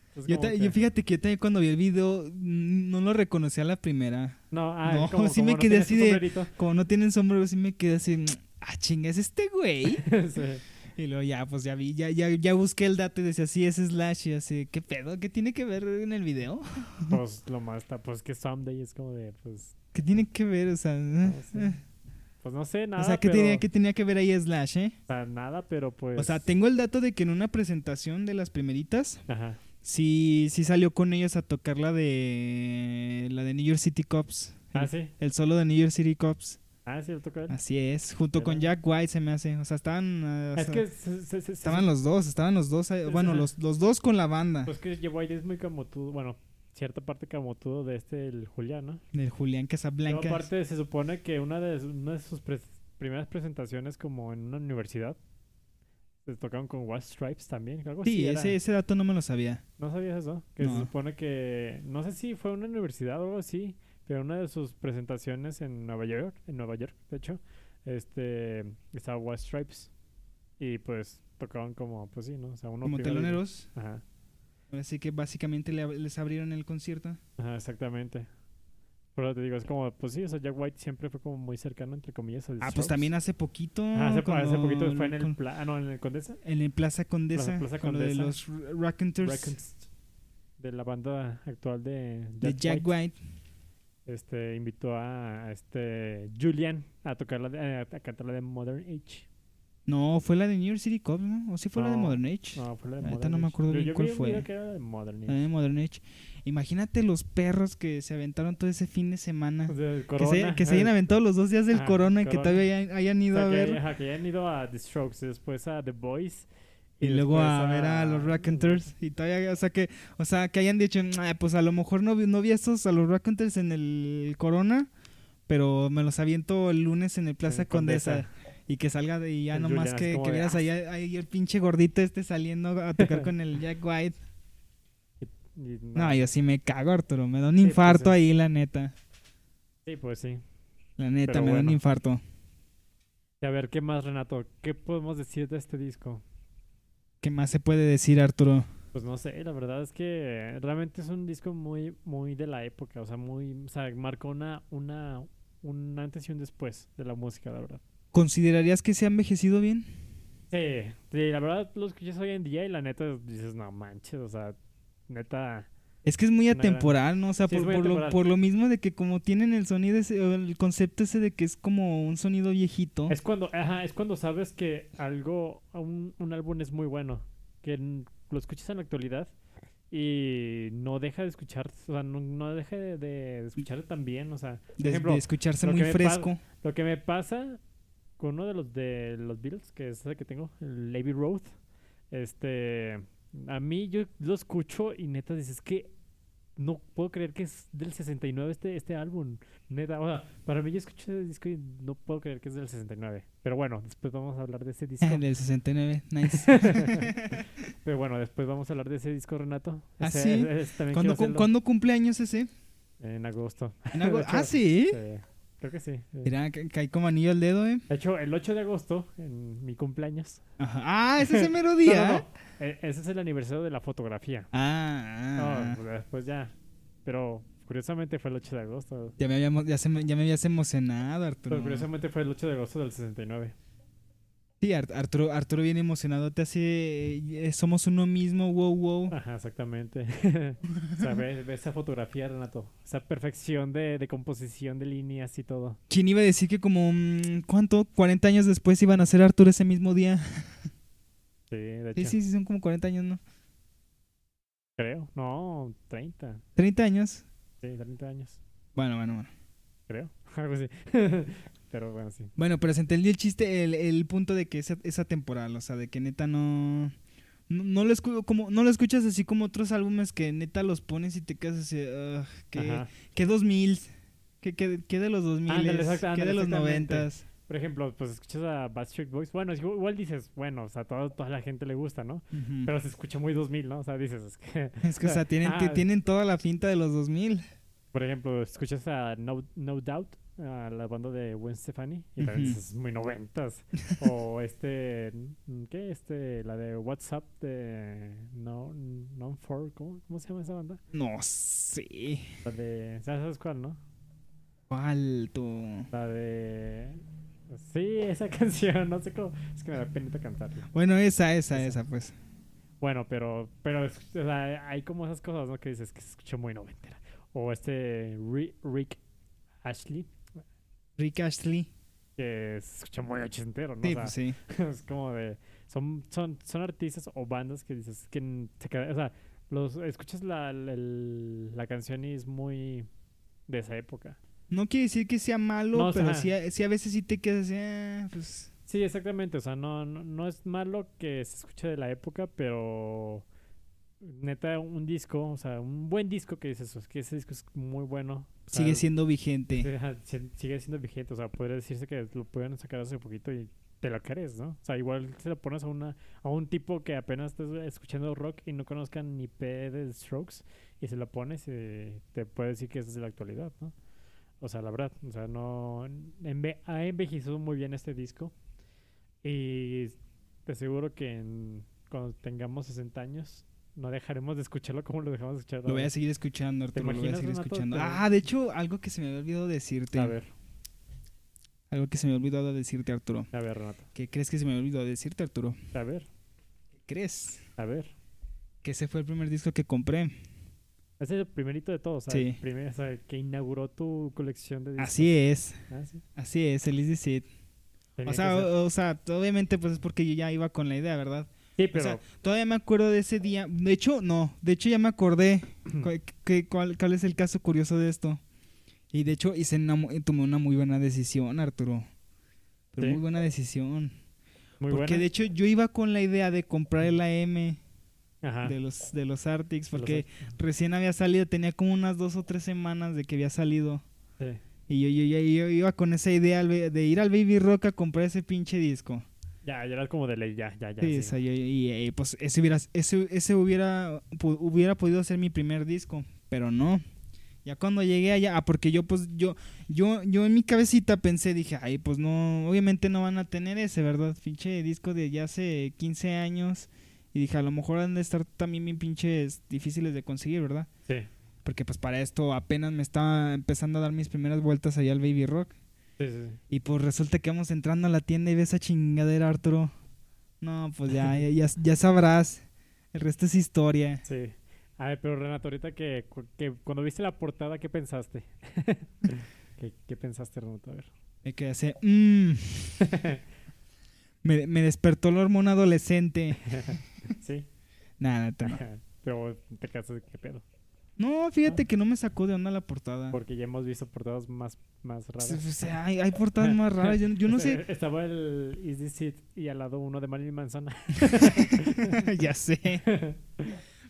Entonces,
yo,
Ah, como
ta-
que-
yo fíjate que yo también cuando vi el video mm, no lo reconocí a la primera.
No, ah,
No,
como,
sí
como
me
no
quedé
tenías
así
tu
de-
sombrerito.
Como no tienen sombrero, sí me quedé así, mm, ah, chinga, ¿es este güey?
Sí.
Y luego ya, pues ya vi, ya, ya, ya busqué el dato y decía, sí, es Slash. Y yo así, ¿qué pedo? ¿Qué tiene que ver en el video?
Pues lo más, está- pues que Someday es como de, pues,
¿Qué tiene que ver? O sea,
no
eh,
sé. Pues Ah, no sé, nada.
o sea ¿qué,
pero-
tenía, qué tenía que ver ahí Slash, eh?
o sea, nada, pero pues.
O sea, tengo el dato de que en una presentación de las primeritas
Ajá.
Sí, sí salió con ellos a tocar la de la de New York City Cops.
Ah, sí.
El solo de New York City Cops.
Ah, sí, lo tocó él.
Así es, junto con
¿Verdad?
Jack White se me hace. O sea, estaban eh, o
es
sea,
que. se- se- se- se-
estaban los dos, estaban los dos, eh,
Ajá.
bueno, los, los dos con la banda
Pues que llevó ahí es muy camotudo, bueno, cierta parte camotudo de este, el Julián, ¿no?
del Julián
Luego,
Casablanca.
aparte, se supone que una de, su- una de sus pres- primeras presentaciones como en una universidad, se tocaron con White Stripes también, algo así.
Sí,
era.
ese, ese dato no me lo sabía.
¿No sabías eso? Que se
No.
supone que, no sé si fue una universidad o algo así, pero una de sus presentaciones en Nueva York, en Nueva York, de hecho, este, estaba White Stripes. Y pues tocaron como, pues sí, ¿no? O sea, uno
Como
primero-
teloneros,
Ajá.
así que básicamente le ab- les abrieron el concierto.
Ajá, exactamente. Pero te digo, es como, pues sí, o sea, Jack White siempre fue como muy cercano, entre comillas, al
Ah, pues también hace poquito.
Ah, hace, po- hace
cuando-
poquito fue en el,
con-
pla- ah, no, en el Condesa.
en el Plaza Condesa,
Plaza
con lo de
Condesa.
los R- Raconteurs
Reconst- de la banda actual de Jack,
de Jack
White.
White.
Este, invitó a, a este Julian a tocar la de- a, a cantar la de Modern Age.
No, fue la de New York City Cops, ¿no? ¿O sí fue la de
No,
Modern Age?
No, fue la de
La neta
Modern
no me
Age.
acuerdo
Yo-
bien
yo vi
cuál
un
fue.
video que era de Modern
La
Age.
de Modern Age. Imagínate los perros que se aventaron todo ese fin de semana.
O sea, el
Ah, Que se,
Pues, Corona,
que se hayan
eh,
aventado los dos días del
Ajá,
corona y que
Corona.
todavía hayan, hayan
o
ido
sea,
a
que-
ver.
ajá, que hayan ido a The Strokes, después a The Boys.
Y luego
después ah.
a ver a los Raconteurs. Y todavía, o sea, que, o sea, que hayan dicho, "Ah, pues a lo mejor no vi, no vi a estos, a los Raconteurs en el corona, pero me los aviento el lunes en el Plaza
En
Condesa.
Condesa.
Y que salga de y ya
El
nomás
Julian, es
que,
como
que
de,
vieras
"Ah".
allá, ahí el pinche gordito este saliendo a tocar con el Jack White.
Y
No, yo sí me cago, Arturo. Me da un
Sí, pues,
infarto
sí.
ahí, la neta.
Sí, pues sí.
La neta,
Pero
me da un
bueno.
infarto.
Y a ver, ¿qué más, Renato? ¿Qué podemos decir de este disco?
¿Qué más se puede decir, Arturo?
Pues no sé, la verdad es que realmente es un disco muy, muy de la época, o sea, muy, o sea, marcó una, una, un antes y un después de la música, la verdad.
¿Considerarías que se ha envejecido bien?
Sí, sí, Eh, la verdad lo escuchas hoy en día y la neta dices, no manches, o sea, neta,
Es que es muy
Una gran-
atemporal, ¿no? O sea,
Sí, es
por,
muy
por lo,
atemporal.
por lo mismo de que como tienen el sonido ese, o el concepto ese de que es como un sonido viejito.
es cuando, ajá, es cuando sabes que algo, un, un álbum es muy bueno, que n- lo escuchas en la actualidad y no deja de escuchar, o sea, no, no deja de, de escuchar tan bien, o sea, por
de,
ejemplo,
de escucharse
lo
muy
que me pasa-
fresco.
Lo que me pasa con uno de los de los Beatles, que es el que tengo, el Levy Road, este, a mí yo lo escucho y neta dices que no puedo creer que es del 69 este, este álbum. Neta, o sea, para mí yo escucho ese disco y no puedo creer que es del 69. Pero bueno, después vamos a hablar de ese disco.
Del 69, nice.
Pero bueno, después vamos a hablar de ese disco, Renato.
¿Ah,
Ese-
sí?
ese- ese también
¿Cuándo,
quiero
cu-
hacerlo.
cuándo cumple años ese?
En agosto.
En agu-
De hecho,
ah, sí.
Eh, creo que sí. eh.
Mira, ca- cae como anillo al dedo, ¿eh?
De hecho, el 8 de agosto, en mi cumpleaños,
Ajá. Ah, ese es el mero
No,
día.
no, no. E- ese es el aniversario de la fotografía.
Ah, ah,
No, pues, después ya. Pero curiosamente fue el 8 de agosto.
ya, me habíamos- ya, se me- ya me habías emocionado,
Pero
Arturo.
curiosamente fue el 8 de agosto del 69.
Sí, Ar- Arturo, Arturo viene emocionado, te hace... eh, somos uno mismo, wow, wow.
Ajá, exactamente. o sea, ve, ve esa fotografía, Renato. Esa perfección de, de composición de líneas y todo.
¿Quién iba a decir que como... mm, ¿Cuánto? 40 años después iban a ser Arturo ese mismo día.
Sí, de hecho.
Sí, sí, sí, son como 40 años, ¿no?
Creo. No, 30.
30 años.
Sí, 30 años.
Bueno, bueno, bueno.
Creo. Algo así. Pero bueno, sí.
Bueno, pero se entendió el chiste, el, el punto de que es, es atemporal, o sea, de que neta no... No, no lo escu- como, no lo escuchas así como otros álbumes que neta los pones y te quedas así, "Ugh, que,
Ajá.
que 2000, que, que, que de los 2000,
Ándale, exacta-
que
ándale,
de los
exactamente.
90.
Por ejemplo, pues escuchas a Backstreet Boys. Bueno, es- igual dices, bueno, o sea, todo- toda la gente le gusta, ¿no? Pero se escucha muy 2000, ¿no? O sea, dices, es que,
Es que, o sea, tienen,
Ah.
ti- tienen toda la finta de los 2000.
por ejemplo, escuchas a No, no Doubt, a la banda de Gwen Stefani, y también
Ujú.
dices, muy noventas. o este, mm, ¿qué? Este, la de WhatsApp de No, no Four, ¿cómo, ¿cómo se llama esa banda?
No sé.
La de, ¿sabes sabes cuál, no?
Alto.
La de, sí, esa canción, no sé cómo, es que me da penita cantarla.
Bueno, esa, esa,
Esa.
esa, pues.
Bueno, pero, pero es- o sea, hay como esas cosas, ¿no? Que dices que se escuchó muy noventera. O este Ri- Rick Ashley,
Rick Ashley.
que se escucha muy ochentero, ¿no? O
Sí,
sea,
pues sí.
es como de. Son, son, son artistas o bandas que dices que n- se queda- O sea, los, escuchas la, la, el- la canción y es muy de esa época.
No quiere decir que sea malo,
No, o
pero
sea,
sí, a- sí a veces sí te quedas así, "Ah, pues...
Sí, exactamente. O sea, no, no, no es malo que se escuche de la época, pero. Neta, un disco, o sea, un buen disco que dices, es que ese disco es muy bueno. o sea,
Sigue siendo vigente.
Sí, ajá, si- sigue siendo vigente, o sea, podría decirse que lo pudieron sacar hace poquito y te lo crees, ¿no? O sea, igual se lo pones a una a un tipo que apenas estés escuchando rock y no conozcan ni P de Strokes y se lo pones y te puede decir que eso es de la actualidad, ¿no? O sea, la verdad, o sea, no enve- ha envejecido muy bien este disco y te aseguro que en- cuando tengamos 60 años no dejaremos de escucharlo como lo dejamos de escuchar.
Lo voy a
ahora.
seguir escuchando, Arturo. Lo voy a
imaginas,
seguir
Renato?
escuchando.
Te-
Ah, de hecho, algo que se me había olvidado decirte.
A ver,
Algo que se me había olvidado decirte, Arturo.
a ver, Renato.
¿Qué crees que se me había olvidado decirte, Arturo?
A ver,
¿Qué crees?
a ver.
Que ese fue el primer disco que compré.
Ese es el primerito de todos, o sea,
Sí.
el primer- o sea, el que inauguró tu colección de discos.
Así es.
Ah, sí.
Así es, el Easy Seed.
Tenía
O
que
sea,
ser.
o, o sea, obviamente pues es porque yo ya iba con la idea, ¿verdad?
sí, pero
sea, Todavía me acuerdo de ese día. De hecho, no. De hecho, ya me acordé cu- que- cuál, cuál es el caso curioso de esto. Y de hecho, hice una mu- eh, tomé una muy buena decisión, Arturo. Pero
Sí.
muy buena decisión.
muy
porque
bueno.
de hecho, yo iba con la idea de comprar el AM
Ajá.
de los, de los Arctics.
Ah. Los
Porque recién había salido. Tenía como unas dos o tres semanas de que había salido.
Sí.
Y yo, yo, yo, yo iba con esa idea al ba- de ir al Baby Rock a comprar ese pinche disco.
Ya, ya era como de ley, ya, ya, ya.
Sí,
sí.
o sea, yo- y, eh, pues ese hubiera, ese, ese hubiera, pu- hubiera podido ser mi primer disco, pero no. Ya cuando llegué allá, ah, porque yo pues yo, yo, yo en mi cabecita pensé, dije, ay, pues no, obviamente no van a tener ese, ¿verdad? Pinche disco de ya hace 15 años. Y dije, a lo mejor han de estar también bien pinches difíciles de conseguir, ¿verdad?
Sí,
Porque pues para esto apenas me estaba empezando a dar mis primeras vueltas allá al Baby Rock.
sí, sí, sí.
Y pues resulta que vamos entrando a la tienda y ves esa chingadera, Arturo. No, pues ya, ya, ya- ya sabrás. El resto es historia.
Sí. A ver, pero Renato, ahorita que, cu- que cuando viste la portada, ¿qué pensaste? ¿Qué, qué pensaste, Renato? A ver.
Me quedé así. "Mm". Me, me despertó la hormona adolescente.
Sí.
Nada, neta, no.
pero te quedaste de qué pedo.
No,
Ah.
fíjate que no me sacó de onda la portada.
Porque ya hemos visto portadas más, más raras.
Pues, o sea, hay, hay portadas más raras. Yo, yo no sé.
Estaba el Is This It y al lado uno de Marilyn Manzana.
ya sé.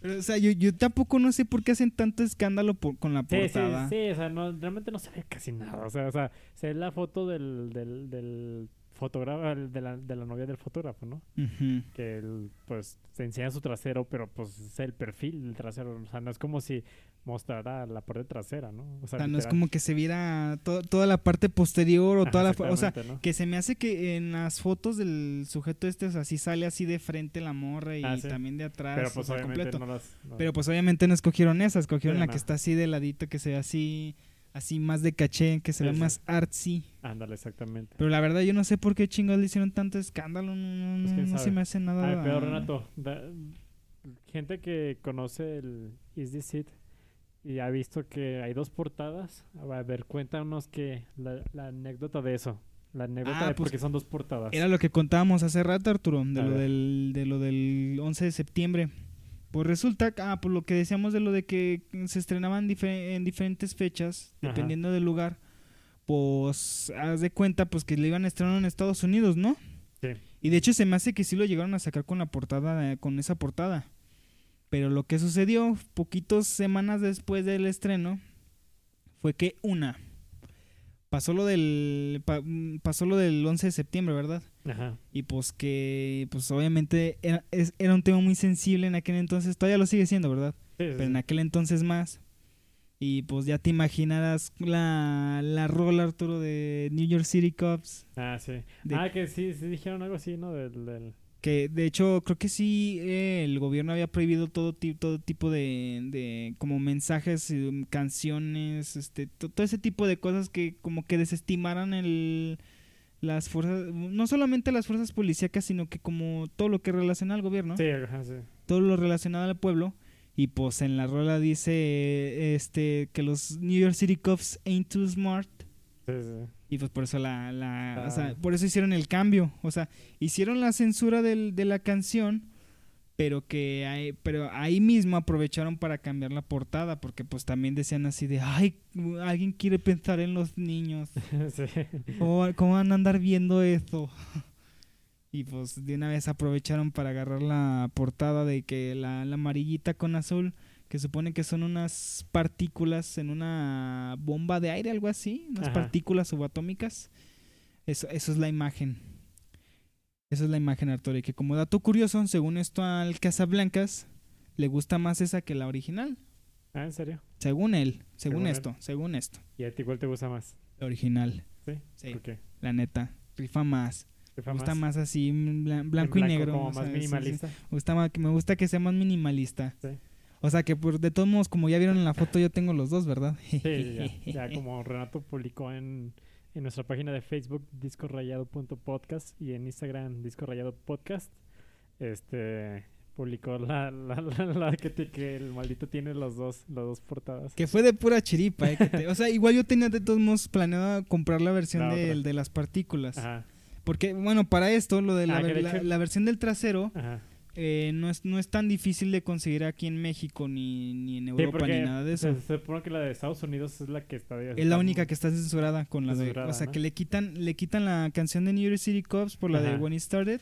Pero, o sea, yo, yo tampoco no sé por qué hacen tanto escándalo por- con la
Sí, sí,
portada.
sí, o sea, no, realmente no se ve casi nada. O sea, o sea, se ve la foto del, del, del fotógrafo, el de la, de la novia del fotógrafo, ¿no?
Ujú.
que él, pues te enseña su trasero, pero pues es el perfil del trasero, o sea, no es como si mostrara la parte trasera, ¿no? O sea,
O sea, no es
literal.
como que se viera to- toda la parte posterior o
Ajá,
toda la... fa- O sea,
exactamente, ¿no?
que se me hace que en las fotos del sujeto este, o sea, sí sale así de frente la morra y
Ah, sí.
también de atrás,
pero
o
pues
sea,
obviamente
completo.
no las no-
Pero pues obviamente no escogieron esa, escogieron
Sí,
la
no.
que está así de ladito, que se ve así, así más de caché, que se ve
Sí, sí.
más artsy.
ándale exactamente.
Pero la verdad yo no sé por qué chingados le hicieron tanto escándalo, no, no,
Pues,
no-
quién
no se
sabe.
me hace nada...
Ay, pero Renato, da- gente que conoce el Is This It y ha visto que hay dos portadas, a ver, cuéntanos que la, la anécdota de eso, la anécdota
Ah,
de por
pues,
qué son dos portadas.
Era lo que contábamos hace rato, Arturo, de
A
lo
ver.
del, de lo del 11 de septiembre. Pues resulta, que- ah, por lo que decíamos de lo de que se estrenaban dife- en diferentes fechas,
Ajá.
dependiendo del lugar, pues haz de cuenta pues que le iban a estrenar en Estados Unidos, ¿no?
Sí.
Y de hecho se me hace que sí lo llegaron a sacar con la portada, eh, con esa portada. Pero lo que sucedió poquitos semanas después del estreno fue que una pasó lo del pa- mm, pasó lo del 11 de septiembre, ¿verdad?
Ajá.
Y pues que, pues obviamente era, es- era un tema muy sensible en aquel entonces, todavía lo sigue siendo, ¿verdad?
Sí, sí,
Pero
sí.
en aquel entonces más. Y pues ya te imaginarás la, la rola, Arturo, de New York City Cops.
Ah, sí.
de-
Ah, que sí, sí dijeron algo así, ¿no? Del, del-
Que de hecho creo que sí eh, el gobierno había prohibido todo, ti- todo tipo de, de como mensajes, eh, canciones, este, to- todo ese tipo de cosas que como que desestimaran el las fuerzas, no solamente las fuerzas policíacas, sino que como todo lo que relaciona al gobierno,
Sí, ajá, sí.
todo lo relacionado al pueblo, y pues en la rola dice eh, este que los New York City Cops ain't too smart
Sí, sí.
y pues por eso la, la- o
Ah.
sea, por eso hicieron el cambio. O sea, hicieron la censura del- de la canción, pero que ahí, pero ahí mismo aprovecharon para cambiar la portada, porque pues también decían así de ay, alguien quiere pensar en los niños.
sí.
¿Cómo, cómo van a andar viendo eso? Y pues de una vez aprovecharon para agarrar la portada de que la, la amarillita con azul, que supone que son unas partículas en una bomba de aire, algo así, unas
Ajá.
partículas subatómicas. Eso, eso es la imagen. Esa es la imagen, Arturo. Y que como dato curioso, según esto al Casablancas, le gusta más esa que la original.
Ah, ¿en serio?
Según él, según,
Según él.
esto, según esto.
¿Y a ti cuál te gusta más?
La original,
¿Sí?
Sí.
¿Por qué?
la neta. Rifa más.
¿Te fa
Me gusta más así, blan- blanco,
en
y negro.
Como
o sea,
más
sí, sí.
minimalista.
Me gusta más- que me gusta que sea más minimalista.
Sí.
O sea que por, de todos modos, como ya vieron en la foto, yo tengo los dos, ¿verdad?
Sí, ya, ya como Renato publicó en, en nuestra página de Facebook, discorrayado.podcast, y en Instagram, discorrayado.podcast, este, publicó la, la, la, la que, te- que el maldito tiene los dos, las dos portadas.
Que fue de pura chiripa, ¿eh? que te- o sea, igual yo tenía de todos modos planeado comprar la versión
La
del-
otra.
de, las partículas.
Ajá,
Porque, bueno, para esto, lo de la,
Ah, que
ver-
de
la-
hecho-
la versión del trasero
ajá.
eh, no, es, no es tan difícil de conseguir aquí en México, ni, ni en
Sí, pues,
Europa, ni nada de eso.
Se, se supone que la de Estados Unidos es la que está...
Es la única que está censurada con la de.
Censurada,
O sea,
¿no?
que le quitan, le quitan la canción de New York City Cops por la de
Ajá.
When It Started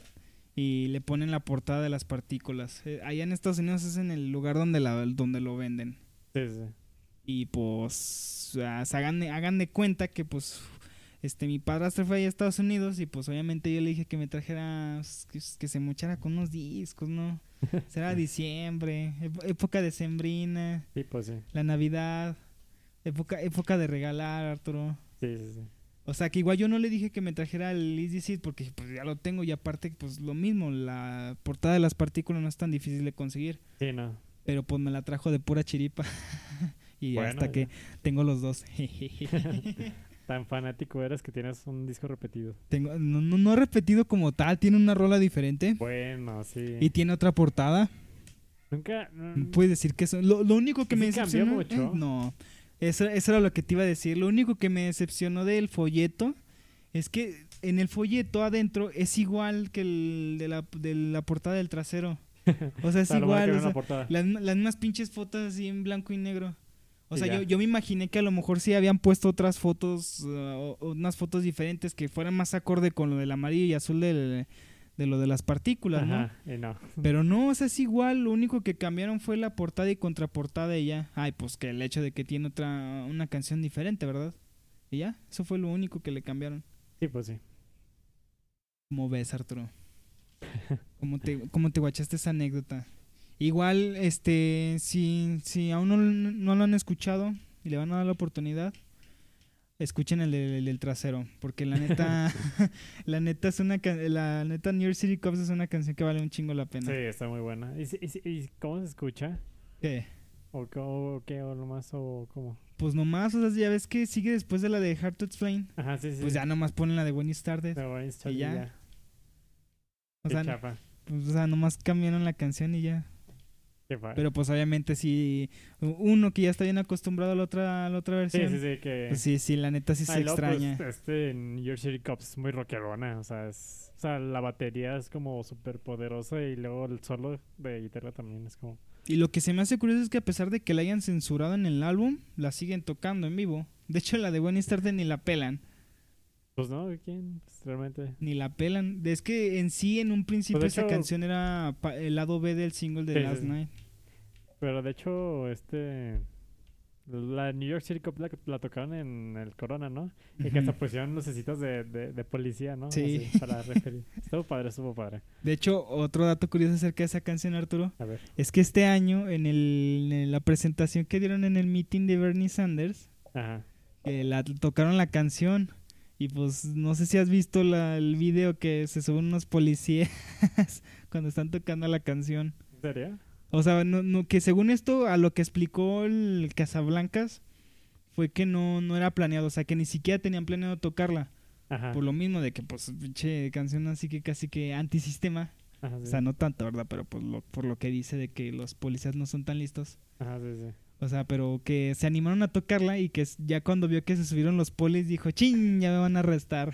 y le ponen la portada de las partículas. Eh, allá en Estados Unidos es en el lugar donde, la, donde lo venden.
Sí, sí.
Y pues, o sea, se hagan, de- hagan de cuenta que pues. Este, mi padrastro fue allá a Estados Unidos y pues obviamente yo le dije que me trajera, pues, que, que se mochara con unos discos, ¿no? Será diciembre, ep- época decembrina,
Sí, pues sí.
la Navidad, época, época de regalar, Arturo.
Sí, sí, sí.
O sea, que igual yo no le dije que me trajera el Easy Seed porque pues, ya lo tengo y aparte, pues lo mismo, la portada de las partículas no es tan difícil de conseguir.
Sí, no.
Pero pues me la trajo de pura chiripa. y
Bueno,
hasta
ya.
que tengo los dos.
Tan fanático eres que tienes un disco repetido.
tengo, no, no, no he repetido como tal, tiene una rola diferente
Bueno, sí.
y pues tiene otra portada.
Nunca. mm,
Puedes decir que eso. Lo, lo único que
Sí
me
cambió
decepcionó.
mucho.
eh, no. Eso, eso era lo que te iba a decir. Lo único que me decepcionó del folleto es que en el folleto adentro es igual que el de la, de la portada del trasero. O sea, es
está lo bueno que no era
igual. o sea,
una portada.
las, mismas- las mismas pinches fotos así en blanco y negro. O
Y
sea,
ya.
yo, yo me imaginé que a lo mejor sí habían puesto otras fotos, uh, o- o unas fotos diferentes que fueran más acorde con lo del amarillo y azul del- de lo de las partículas, ¿no?
Ajá, y no.
Pero no, o sea, es igual, lo único que cambiaron fue la portada y contraportada y ya. Ay, pues que el hecho de que tiene otra una canción diferente, ¿verdad? Y ya, eso fue lo único que le cambiaron.
Sí, pues sí.
¿Cómo ves, Arturo? ¿Cómo te, cómo te guachaste esa anécdota? Igual, este, si, si aún no, no lo han escuchado y le van a dar la oportunidad, escuchen el del el del trasero, porque la neta, la neta es una, can- la neta New York City Cops es una canción que vale un chingo la
Sí,
pena.
está muy buena. ¿Y, si- y si- y cómo se escucha?
¿Qué?
¿O, co- o qué? ¿O nomás? ¿O cómo?
Pues nomás, o sea, ya ves que sigue después de la de Hard to Explain,
Ajá, sí, sí.
pues ya nomás ponen la de Buenas Tardes.
De Orange Charlie,
Y ya.
ya.
O
Qué
sea,
chafa,
pues, o sea, nomás cambiaron la canción y ya.
qué fa-
Pero pues obviamente si uno que ya está bien acostumbrado a la otra, a la otra
sí,
versión,
sí, sí, que...
pues sí, sí, la neta sí
Ah,
se
y luego, pues,
extraña.
este New York City Cops es muy rockerona, o sea, es- o sea, la batería es como súper poderosa y luego el solo de guitarra también es como...
Y lo que se me hace curioso es que a pesar de que la hayan censurado en el álbum, la siguen tocando en vivo. De hecho, la de Buenas Tardes ni la pelan,
Pues no, ¿quién? Pues, realmente...
ni la pelan. Es que en sí, en un principio
Pues, de
esa
hecho-
canción era pa- el lado B del single de
Sí, sí,
Last
sí.
Night.
Pero de hecho, este... La New York City Cops la, la tocaron en el Corona, ¿no? Y que hasta
Ujú.
pusieron lucecitas de, de, de policía, ¿no?
Sí.
Así, para referir. Estuvo padre, estuvo padre.
De hecho, otro dato curioso acerca de esa canción, Arturo,
A ver.
es que este año, en, el, en la presentación que dieron en el meeting de Bernie Sanders,
Ajá.
que la tocaron la canción. Y pues no sé si has visto la- el video que se suben unos policías cuando están tocando la canción.
¿En serio?
O sea, no, no, que según esto, a lo que explicó el Casablancas, fue que no, no era planeado, o sea, que ni siquiera tenían planeado tocarla.
Ajá.
Por lo mismo de que, pues, pinche canción así que casi que antisistema.
Ajá, sí.
O sea, no tanto, ¿verdad? Pero por lo, por lo que dice de que los policías no son tan listos.
Ajá, sí, sí.
O sea, pero que se animaron a tocarla y que s- ya cuando vio que se subieron los polis dijo, ching, ya me van a arrestar.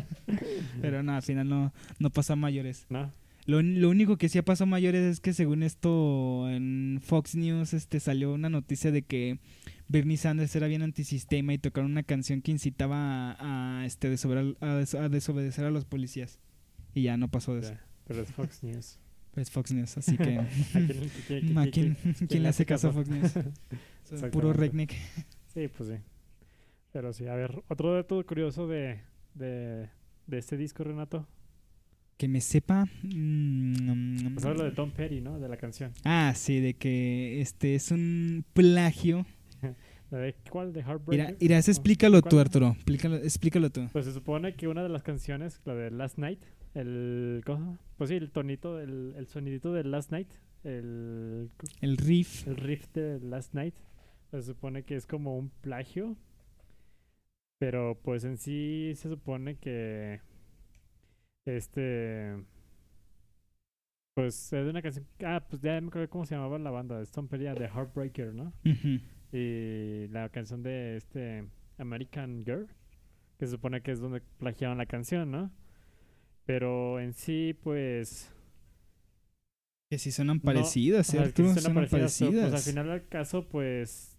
pero no, al final no, no pasó a mayores.
¿No?
Lo, lo único que sí ha pasado mayores es que según esto en Fox News este salió una noticia de que Bernie Sanders era bien antisistema y tocaron una canción que incitaba a, a, este desobra- a des- a desobedecer a los policías. Y ya no pasó de eso.
Ya, Pero es Fox News.
Es Fox News, así que
¿A quién, le- qui- qui- qui-
¿a
qui-
quién, quién le hace caso a Fox News? Son Puro
Exactamente.
redneck.
Sí, pues sí. Pero sí, a ver, otro dato curioso de, de, de este disco, Renato.
Que me sepa. mm,
Pues habla de Tom Petty, ¿no? De la canción.
Ah, sí, de que este es un plagio.
¿La de cuál? ¿De Heartbreaker?
Irás, explícalo tú,
¿Cuál?
Arturo. Explícalo, explícalo tú.
Pues se supone que una de las canciones, la de Last Night, el... ¿cómo? Pues sí, el tonito, el, el sonidito de Last Night, el,
El riff.
el riff de Last Night, se supone que es como un plagio, pero pues en sí se supone que este... Pues es una canción... Ah, pues ya me acuerdo cómo se llamaba la banda, Stone Petty and The Heartbreaker, ¿no?
Ujú.
Y la canción de este American Girl, que se supone que es donde plagiaban la canción, ¿no? Pero en sí, pues.
Que si suenan
No,
parecidas,
o sea,
¿cierto?
que sí
suenan parecidas.
pero, Pues al final del caso, pues.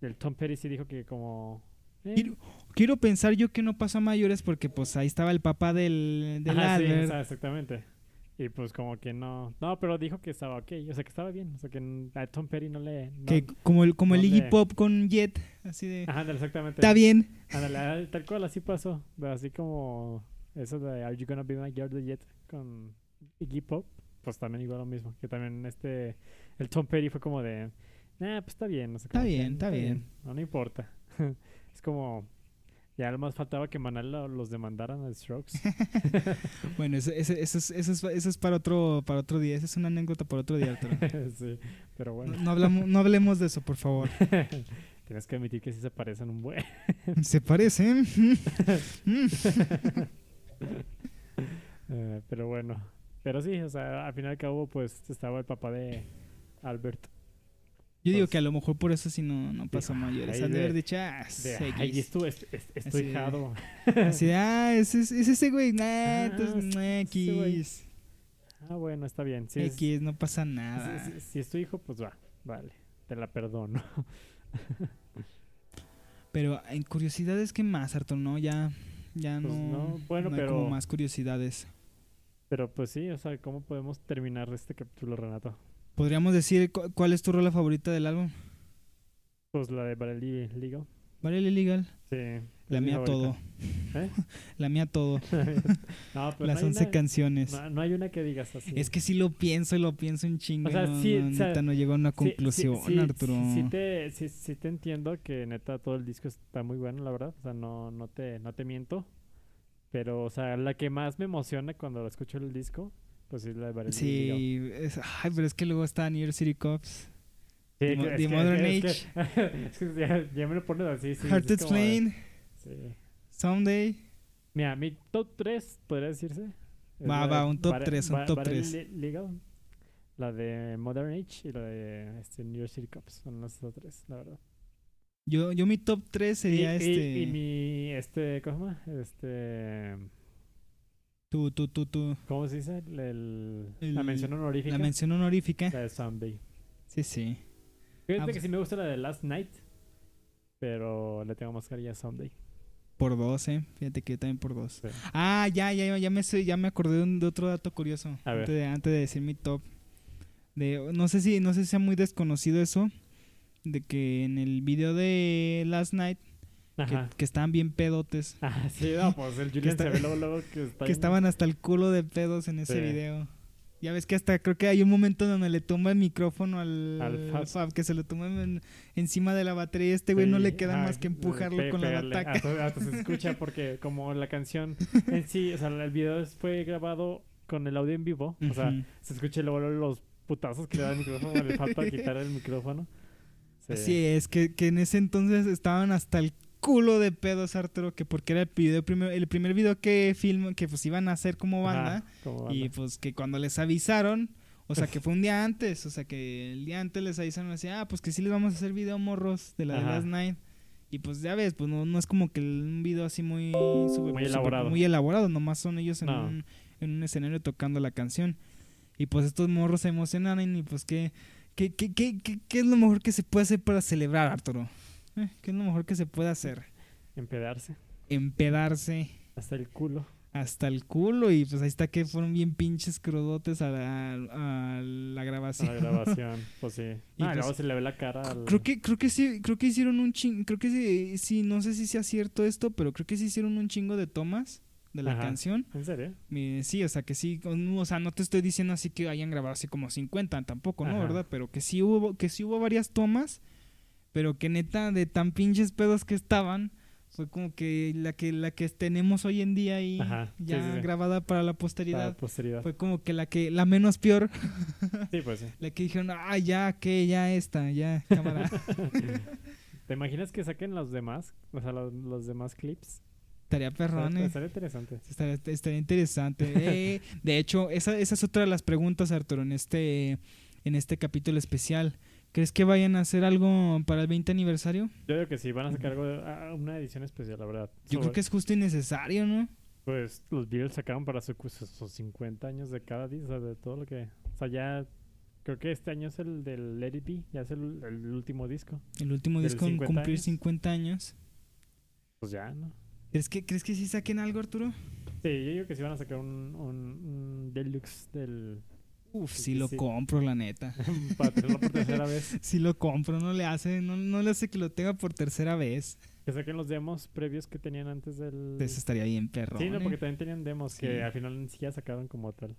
El Tom Petty sí dijo que como. eh,
Y- Quiero pensar yo que no pasó a mayores porque pues ahí estaba el papá del, del
ajá, sí, o
Albert.
sea, exactamente. Y pues como que no. No, pero dijo que estaba ok, o sea que estaba bien. O sea que n- a Tom Petty no le. no- Ah,
que como el, como el
no
Iggy
le-
Pop con Jet, así de...
Ajá, ándale, exactamente.
Está bien.
Ándale, ándale, tal cual, así pasó. Pero Así como eso de Are You Gonna Be My Girl de Jet con Iggy Pop, pues también igual lo mismo. Que también este, el Tom Petty fue como de, nah, pues está bien. o sea,
Está
como que,
bien, está bien".
No, no importa. es como, ya lo más faltaba que Manal lo- los demandaran a Strokes.
Bueno, eso, eso, eso es, eso, es, eso es para otro para otro día. Esa es una anécdota para otro día, Arturo.
sí, pero
No,
bueno,
no hablamos, no hablemos de eso, por favor.
tienes que admitir que sí se parecen un buen.
Se parecen.
Eh, pero bueno, pero sí, o sea, al final y al cabo, pues estaba el papá de Albert.
Yo digo
Pues-
que a lo mejor por eso sí no, no pasó a mayores.
ahí
Han de
de-
haber dicho, ah,
De,
se
"Ay,
guis".
esto es, es- es
Así de-
tejado".
Así de, ah, es, es, es ese güey. Nah,
Ah,
entonces,
es-
nah,
ese güey.
X.
Ah, bueno, está bien. Si es, si,
X, no pasa nada.
si- si es tu hijo, pues va, vale, te la perdono.
Pero en curiosidades, ¿qué más, Arturo? No, ya, ya
Pues
no,
no, bueno,
no hay como
pero-
más curiosidades.
Pero pues sí, o sea, ¿cómo podemos terminar este capítulo, Renato?
Podríamos decir cu- cuál es tu rola favorita del álbum.
Pues la de Barely Ligo.
Vale, el Illegal.
Sí.
La
Es mi
mía todo.
favorita. ¿Eh? Pues
La mía todo.
No, pero
Las
no hay
11
una-
canciones.
No, no hay una que digas así.
Es que sí lo pienso y lo pienso un chingo.
O sea,
no,
sí,
no,
o sea,
neta, no llego a una
Sí, sí,
conclusión,
sí,
Arturo.
Sí, sí te, sí- sí te entiendo que neta todo el disco está muy bueno, la verdad. O sea, no, no, te, no te miento. Pero, o sea, la que más me emociona cuando la escucho el disco, pues es la de Barely Legal.
Sí, es- ay, pero es que luego está New York City Cops,
Sí,
The Mo-
que- es
The
que-
Modern
es que- es que ya, ya me lo pones así. Sí,
Heart
es
It's
como de-
Plain,
sí.
Someday.
Mira, mi top 3, podría decirse. es
Va,
la
va,
de
un top
Bare-
tres, un
Ba-
top
Barely
tres.
Le- Legal, la de Modern Age y la de este, New York City Cops. Son las top 3, la verdad.
Yo, yo mi top 3
Y,
sería
y-
este.
y mi, este, ¿cómo se llama? Este,
Tú, tú, tú, tú.
¿cómo se dice? El- el- la
El-
mención honorífica.
La mención honorífica.
la de Someday.
Sí, sí.
Fíjate
pues-
que sí me gusta la de Last Night, pero le tengo más cariño a Someday.
Por dos, eh. Fíjate que yo también por dos.
Sí.
Ah, ya, ya, ya me, sé- ya me acordé de, un- de otro dato curioso.
A ver.
Antes, de, antes de decir mi top. De, no sé si, no sé si sea muy desconocido eso. De que en el video de Last Night, que,
Ajá.
que estaban bien pedotes.
Ah, sí, no, pues el Julian
está-
se ve luego, luego que está
Que
bien-
estaban hasta el culo de pedos en ese
Sí.
video. Ya ves que hasta creo que hay un momento donde le tumba el micrófono al,
Al Fab.
Fab, que se lo tumba en- encima de la batería. Este güey no
Sí,
le queda
ah,
más que
eh,
empujarlo
pe-
con la
pegarle.
bataca.
Hasta, hasta se escucha porque como la canción en sí, o sea, el video es- fue grabado con el audio en vivo, ah, o sea,
Ujú.
se escucha luego luego los putazos que le da el micrófono, le falta quitar el micrófono. Sí.
Así es, que, que en ese entonces estaban hasta el culo de pedos, Arturo, que porque era el, video primero, el primer video que film, que pues iban a hacer como
Ajá,
banda,
como banda.
y pues que cuando les avisaron, o sea que fue un día antes, o sea que el día antes les avisaron así, ah, pues que sí les vamos a hacer video morros de la de
Ajá.
Last Night. Y pues ya ves, pues no, no es como que un video así muy super- super-
elaborado.
muy elaborado, nomás son ellos en,
No.
un, en un escenario tocando la canción. Y pues estos morros se emocionaron y pues qué, qué, qué, qué, qué- qué es lo mejor que se puede hacer para celebrar, Arturo. Eh, ¿Qué es lo mejor que se puede hacer?
Empedarse
Empedarse
hasta el culo.
hasta el culo y pues ahí está que fueron bien pinches crudotes a la, a la
a
grabación.
La grabación, pues sí.
Y
Ah,
pues-
luego se le ve la cara al...
Creo que, creo que sí, creo que hicieron un chingo, creo que sí, sí, no sé si sea cierto esto, pero creo que sí hicieron un chingo de tomas de la
Ajá.
canción.
¿En serio?
Eh, sí, o sea que sí, o sea, no te estoy diciendo así que hayan grabado así como 50 tampoco, ¿no?
Ajá.
¿Verdad? Pero que sí hubo, que sí hubo varias tomas, pero que neta, de tan pinches pedos que estaban, fue como que la que, la que tenemos hoy en día ahí
Ajá, sí,
ya
sí, sí.
grabada para la posteridad.
Para posteridad.
Fue como que la que la menos peor,
Sí, pues sí.
la que dijeron, ah, ya, que ya esta, ya, cámara.
¿Te imaginas que saquen los demás? O sea, los, los demás clips.
Estaría
Estaría
perrones.
estaría interesante.
Estaría, estaría interesante. Eh, de hecho, esa, esa es otra de las preguntas, Arturo, en este, en este capítulo especial. ¿Crees que vayan a hacer algo para el 20 aniversario?
Yo creo que sí, van a sacar algo de- ah, una edición especial, la verdad.
Yo creo
Sobre-
que es justo y necesario, ¿no?
Pues los Beatles sacaron para su, sus, sus 50 años de cada disco, o sea, de todo lo que... O sea, ya creo que este año es el del Let It Be, ya es el, el último disco.
El último
Del
disco en
50
cumplir
años.
50 años.
Pues ya, ¿no?
¿Crees que, ¿Crees que sí saquen algo, Arturo?
Sí, yo digo que sí van a sacar un, un- un deluxe del...
Uf,
Sí,
sí
sí,
lo
sí.
compro, la neta.
para tenerlo por tercera vez.
Sí lo compro, no le hace, no, no le hace que lo tenga por tercera vez.
Que saquen los demos previos que tenían antes del...
Eso estaría bien, perro.
sí, no, porque también tenían demos
Sí.
que al final ni siquiera sacaron como tal.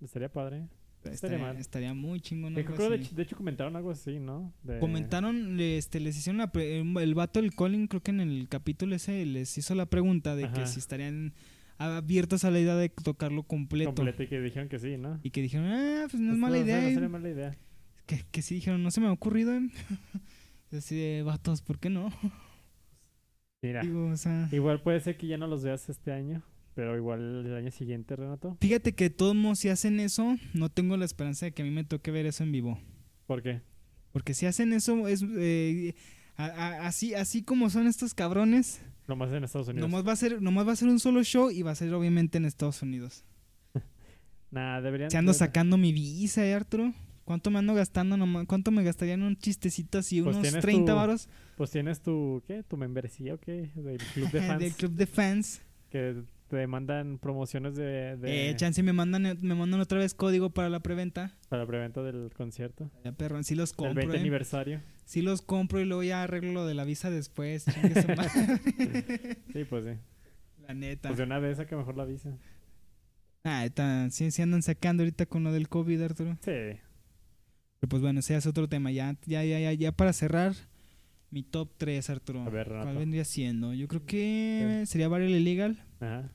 Estaría padre. estaría
estaría,
mal.
estaría muy chingón.
Eh,
algo
creo que de,
así.
hecho- de hecho comentaron algo así, ¿no? De-
Comentaron, le- este, les hicieron la pre- el vato del Colin, creo que en el capítulo ese les hizo la pregunta de que
Ajá.
si estarían abiertos a la idea de tocarlo completo.
completo y que dijeron que sí, ¿no?
Y que dijeron, ah, pues no
Pues
es mala
no, no
idea.
sería- no
eh".
sería mala idea.
que, que sí dijeron, no se me ha ocurrido. eh". Y Así de vatos, ¿por qué no?
Mira.
Digo, o sea,
Igual puede ser que ya no los veas este año, pero igual el año siguiente, Renato.
fíjate que de todos modos, si hacen eso, no tengo la esperanza de que a mí me toque ver eso en vivo.
¿Por qué?
Porque si hacen eso, es eh, a- a- así, así como son estos cabrones,
Nomás en Estados Unidos.
nomás va, a ser, nomás va a ser un solo show y va a ser obviamente en Estados Unidos.
Nah, deberían.
Se ando
deberían-
sacando mi visa, eh, Arturo. ¿Cuánto me ando gastando? nomás? ¿Cuánto me gastaría en un chistecito así?
Pues
unos
tienes
30
tu
varos eh,
Pues tienes tu, ¿qué? Tu membresía, ¿o qué? Del club de fans.
del club de fans.
Que te mandan promociones de, de
Eh, chance me mandan, me mandan otra vez código para la preventa.
para preventa del concierto.
Ya, perrón, sí los
El
compro.
20
eh.
aniversario.
Sí los compro y luego ya arreglo lo de la visa después. chingue su madre.
Sí, pues sí.
la neta.
Pues de una vez a que mejor la visa.
Ah, está- sí, sí andan sacando ahorita con lo del COVID, Arturo.
Sí.
Pero pues bueno, ese es otro tema. Ya, ya, ya, ya, ya para cerrar, mi top 3, Arturo.
A ver,
¿Cuál
Renato.
vendría siendo? Yo creo que sería Barrel Illegal,
Ajá.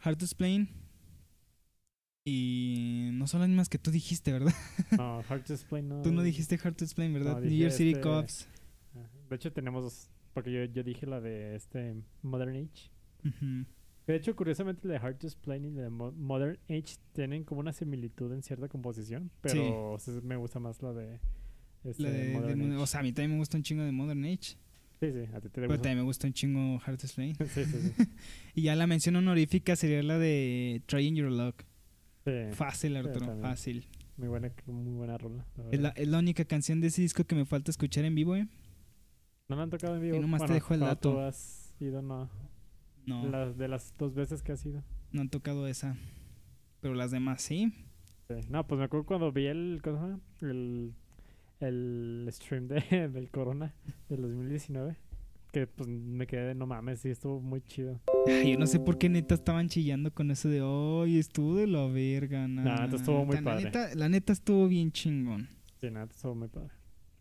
Hard to Explain. Y no son las mismas que tú dijiste, ¿verdad?
No, Hard to Explain no.
Tú no dijiste Hard to Explain, ¿verdad?
No,
New
dije
Year City
este-
Cops.
Ajá. De hecho, tenemos dos. Porque yo, yo dije la de este Modern Age.
Ujú.
De hecho, curiosamente, la de Hard to Explain y la de Mo- Modern Age tienen como una similitud en cierta composición. Pero sí me gusta más la de. Este,
La de- de
Modern
Mo-
Age.
o sea, a mí también me gusta un chingo de Modern Age.
sí, sí, a ti te
Pero
gusta.
también me gusta un chingo Hard to Explain.
sí, sí, sí.
Y ya la mención honorífica sería la de Trying Your Luck.
Sí,
Fácil, Arturo,
también.
fácil.
muy buena, muy buena rola. la
Es la,
verdad.
es la única canción de ese disco que me falta escuchar en vivo, ¿eh?
No la han tocado en vivo.
Y nomás te dejo el
cuando tú
dato.
has ido, no.
No,
Las- de las dos veces que has ido.
no han tocado esa. Pero las demás sí.
Sí. No, pues me acuerdo cuando vi el, ¿cómo se llama? el, el stream de, del Corona del 2019. Que pues me quedé de no mames, sí, estuvo muy chido.
Ay, yo no sé por qué neta estaban chillando con eso de hoy estuvo de la verga. No,
Nah, entonces estuvo muy
la
padre.
Neta, la neta estuvo bien chingón.
Sí, nada, estuvo muy padre.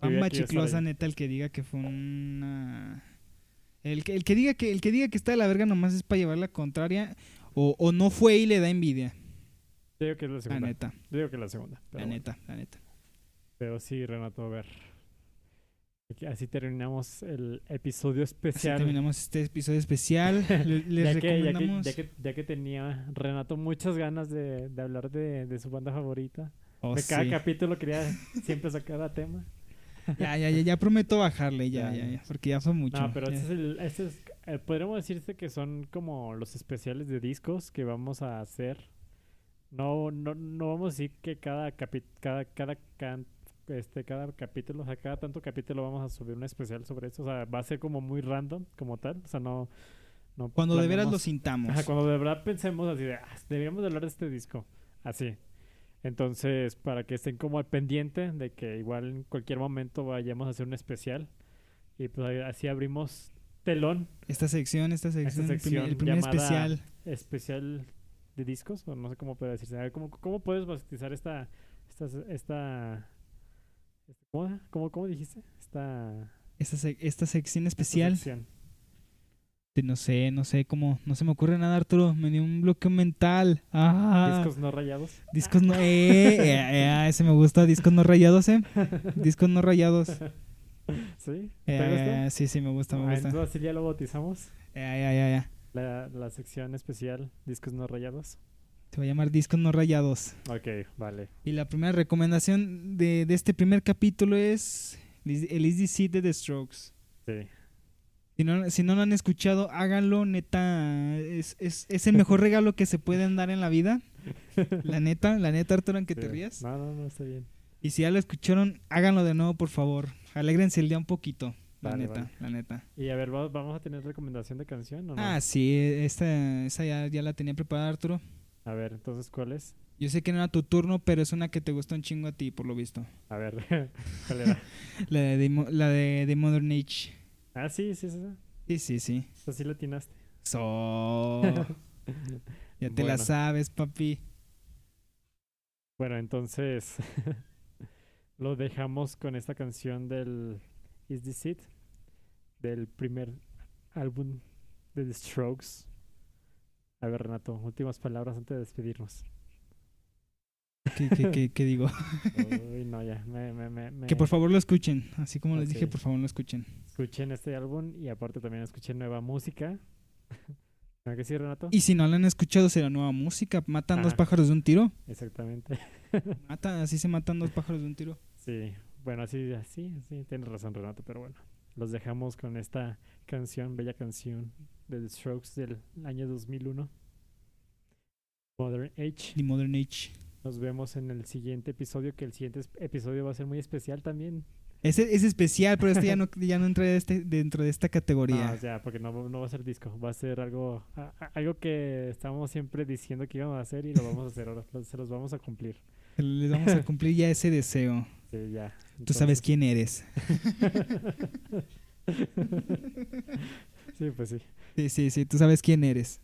Yo diría
Pamba
que yo estaría
chiclosa,
ahí.
Ah, neta, el que diga que fue una. El que, el que diga que el que diga que está de la verga nomás es para llevar la contraria. O, o no fue y le da envidia.
Yo digo que es la
La
segunda.
neta,
Yo digo que es la segunda. Pero,
la
bueno.
neta, la neta.
Pero sí, Renato, a ver. Aquí- Así terminamos el episodio
Así
especial.
terminamos este episodio especial. Le- Les
ya, que, ya, que,
recomendamos.
ya, que, ya que tenía Renato muchas ganas de, de hablar de, de su banda favorita.
Oh,
de cada
sí.
capítulo quería siempre sacar a tema.
Ya, ya, ya, ya prometo bajarle, ya,
Ya,
ya,
ya.
ya, porque ya fue mucho.
No, pero
ya.
este es el, este es- eh, podríamos decirse que son como los especiales de discos que vamos a hacer. No, no, no vamos a decir que cada capi- cada, cada can- este, cada capítulo, o sea, cada tanto capítulo vamos a subir un especial sobre eso. O sea, va a ser como muy random, como tal. O sea, no, no
Cuando de veras lo
planeamos-
sintamos.
Ajá, cuando de verdad pensemos así de, "Ah, deberíamos de hablar de este disco. Así. Entonces, para que estén como al pendiente de que igual en cualquier momento vayamos a hacer un especial. Y pues ahí- así abrimos telón
Esta sección, esta sección, el primer- el
sección
primer,
llamada-
especial.
especial de discos, o no sé cómo puedo decirse. A ver, ¿cómo, cómo puedes bautizar esta, esta, esta, este, ¿cómo, cómo, cómo dijiste? Esta,
Esta, sec- esta sección
esta
especial.
sección.
Sí, No sé, no sé cómo, no se me ocurre nada, Arturo. Me dio un bloqueo mental. Ah, discos,
discos no rayados.
no. Eh, eh, eh, ese me gusta, discos no rayados, eh. Discos no rayados.
¿Sí? ¿Te gusta?
Eh, sí, sí, me gusta,
Ah,
me gusta.
Entonces así ya lo bautizamos.
Eh, ya, ya, ya.
La, la sección especial Discos No Rayados.
Se va a llamar discos no rayados.
Ok, vale.
Y la primera recomendación de, de este primer capítulo es el Easy Seed de The Strokes.
Sí.
Si no, si no lo han escuchado, háganlo, neta. Es, es, es el mejor regalo que se pueden dar en la vida. La neta, la neta, Arturo, aunque te
Sí.
rías.
No, no, no, está bien.
Y si ya lo escucharon, háganlo de nuevo, por favor. Alégrense el día un poquito. La
Vale,
neta,
vale.
la neta.
Y a ver, ¿va- ¿vamos a tener recomendación de canción o no?
Ah, sí, esta, esa ya, ya la tenía preparada, Arturo.
A ver, entonces, ¿cuál es?
Yo sé que no era tu turno, pero es una que te gusta un chingo a ti, por lo visto.
A ver, ¿cuál era?
La de, Demo- la de, de Modern Age.
ah, sí, sí, sí. sí.
Sí, sí, sí.
Esa sí la atinaste.
So. ya te la
Bueno.
sabes, papi.
Bueno, entonces lo dejamos con esta canción del Is This It, del primer álbum de The Strokes. A ver, Renato, últimas palabras antes de despedirnos.
¿Qué, qué, qué, qué digo?
Uy, no, ya. Me, me, me, me-
Que por favor lo escuchen, así como les dije,
Ok.
por favor lo escuchen.
escuchen este álbum y aparte también escuchen nueva música. ¿Verdad que sí, Renato?
Y si no lo han escuchado, será nueva música. Matan dos
Ajá.
pájaros de un tiro.
Exactamente.
Matan, así se matan dos pájaros de un tiro.
Sí, bueno, así, así, sí, tienes razón, Renato, pero bueno. Los dejamos con esta canción, bella canción de The Strokes del año 2001. Modern Age.
The Modern Age.
Nos vemos en el siguiente episodio, que el siguiente es- episodio va a ser muy especial también.
Ese es especial, pero este ya no, ya no entra de este- dentro de esta categoría.
No, ya, porque no, no va a ser disco, va a ser algo a- a- algo que estamos siempre diciendo que íbamos a hacer y lo vamos a hacer ahora, lo- se los vamos a cumplir.
Les vamos a cumplir ya ese deseo.
Sí, ya.
Tú sabes quién eres.
Sí, pues sí.
Sí, sí, sí, tú sabes quién eres.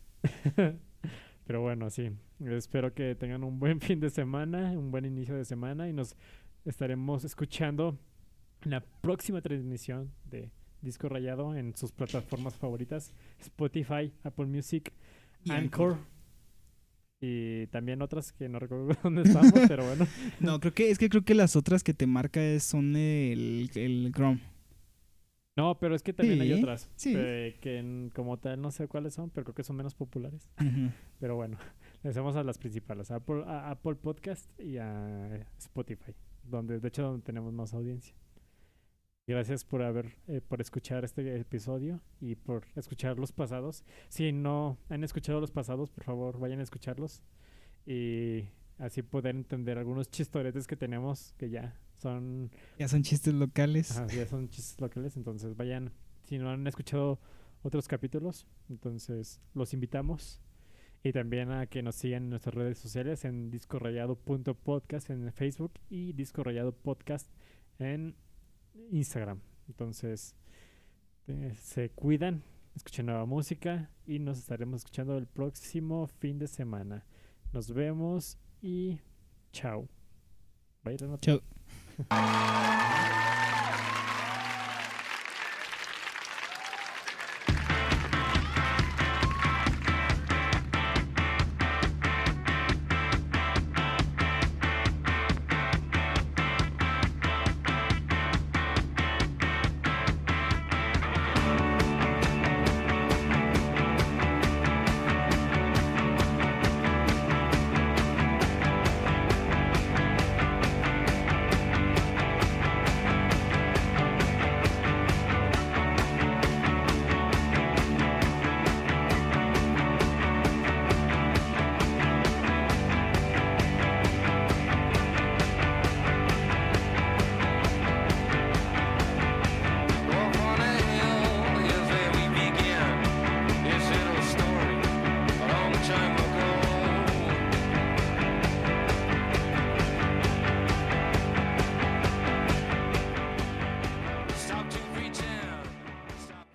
Pero bueno, sí. Espero que tengan un buen fin de semana, un buen inicio de semana y nos estaremos escuchando en la próxima transmisión de Disco Rayado en sus plataformas favoritas, Spotify, Apple Music,
Y
Anchor y también otras que no recuerdo dónde estamos, pero bueno.
No, creo que es que creo que las otras que te marca es- son el, el Chrome.
No, pero es que también hay
Sí,
otras
sí.
eh, que en- como tal no sé cuáles son, pero creo que son menos populares.
Ujú.
Pero bueno, le hacemos a las principales, a Apple, a Apple Podcast y a eh, Spotify, donde de hecho donde tenemos más audiencia. Gracias por haber eh, por escuchar este episodio y por escuchar los pasados. Si no han escuchado los pasados, por favor, vayan a escucharlos y así poder entender algunos chistoretes que tenemos que ya son
Ya son chistes locales.
Ajá, ya son chistes locales, entonces vayan. Si no han escuchado otros capítulos, entonces los invitamos. Y también a que nos sigan en nuestras redes sociales en discorrayado.podcast en Facebook y discorrayado podcast en Instagram. Entonces, eh, se cuidan, escuchen nueva música y nos estaremos escuchando el próximo fin de semana. Nos vemos y chao. Bye, Renato.
Chao.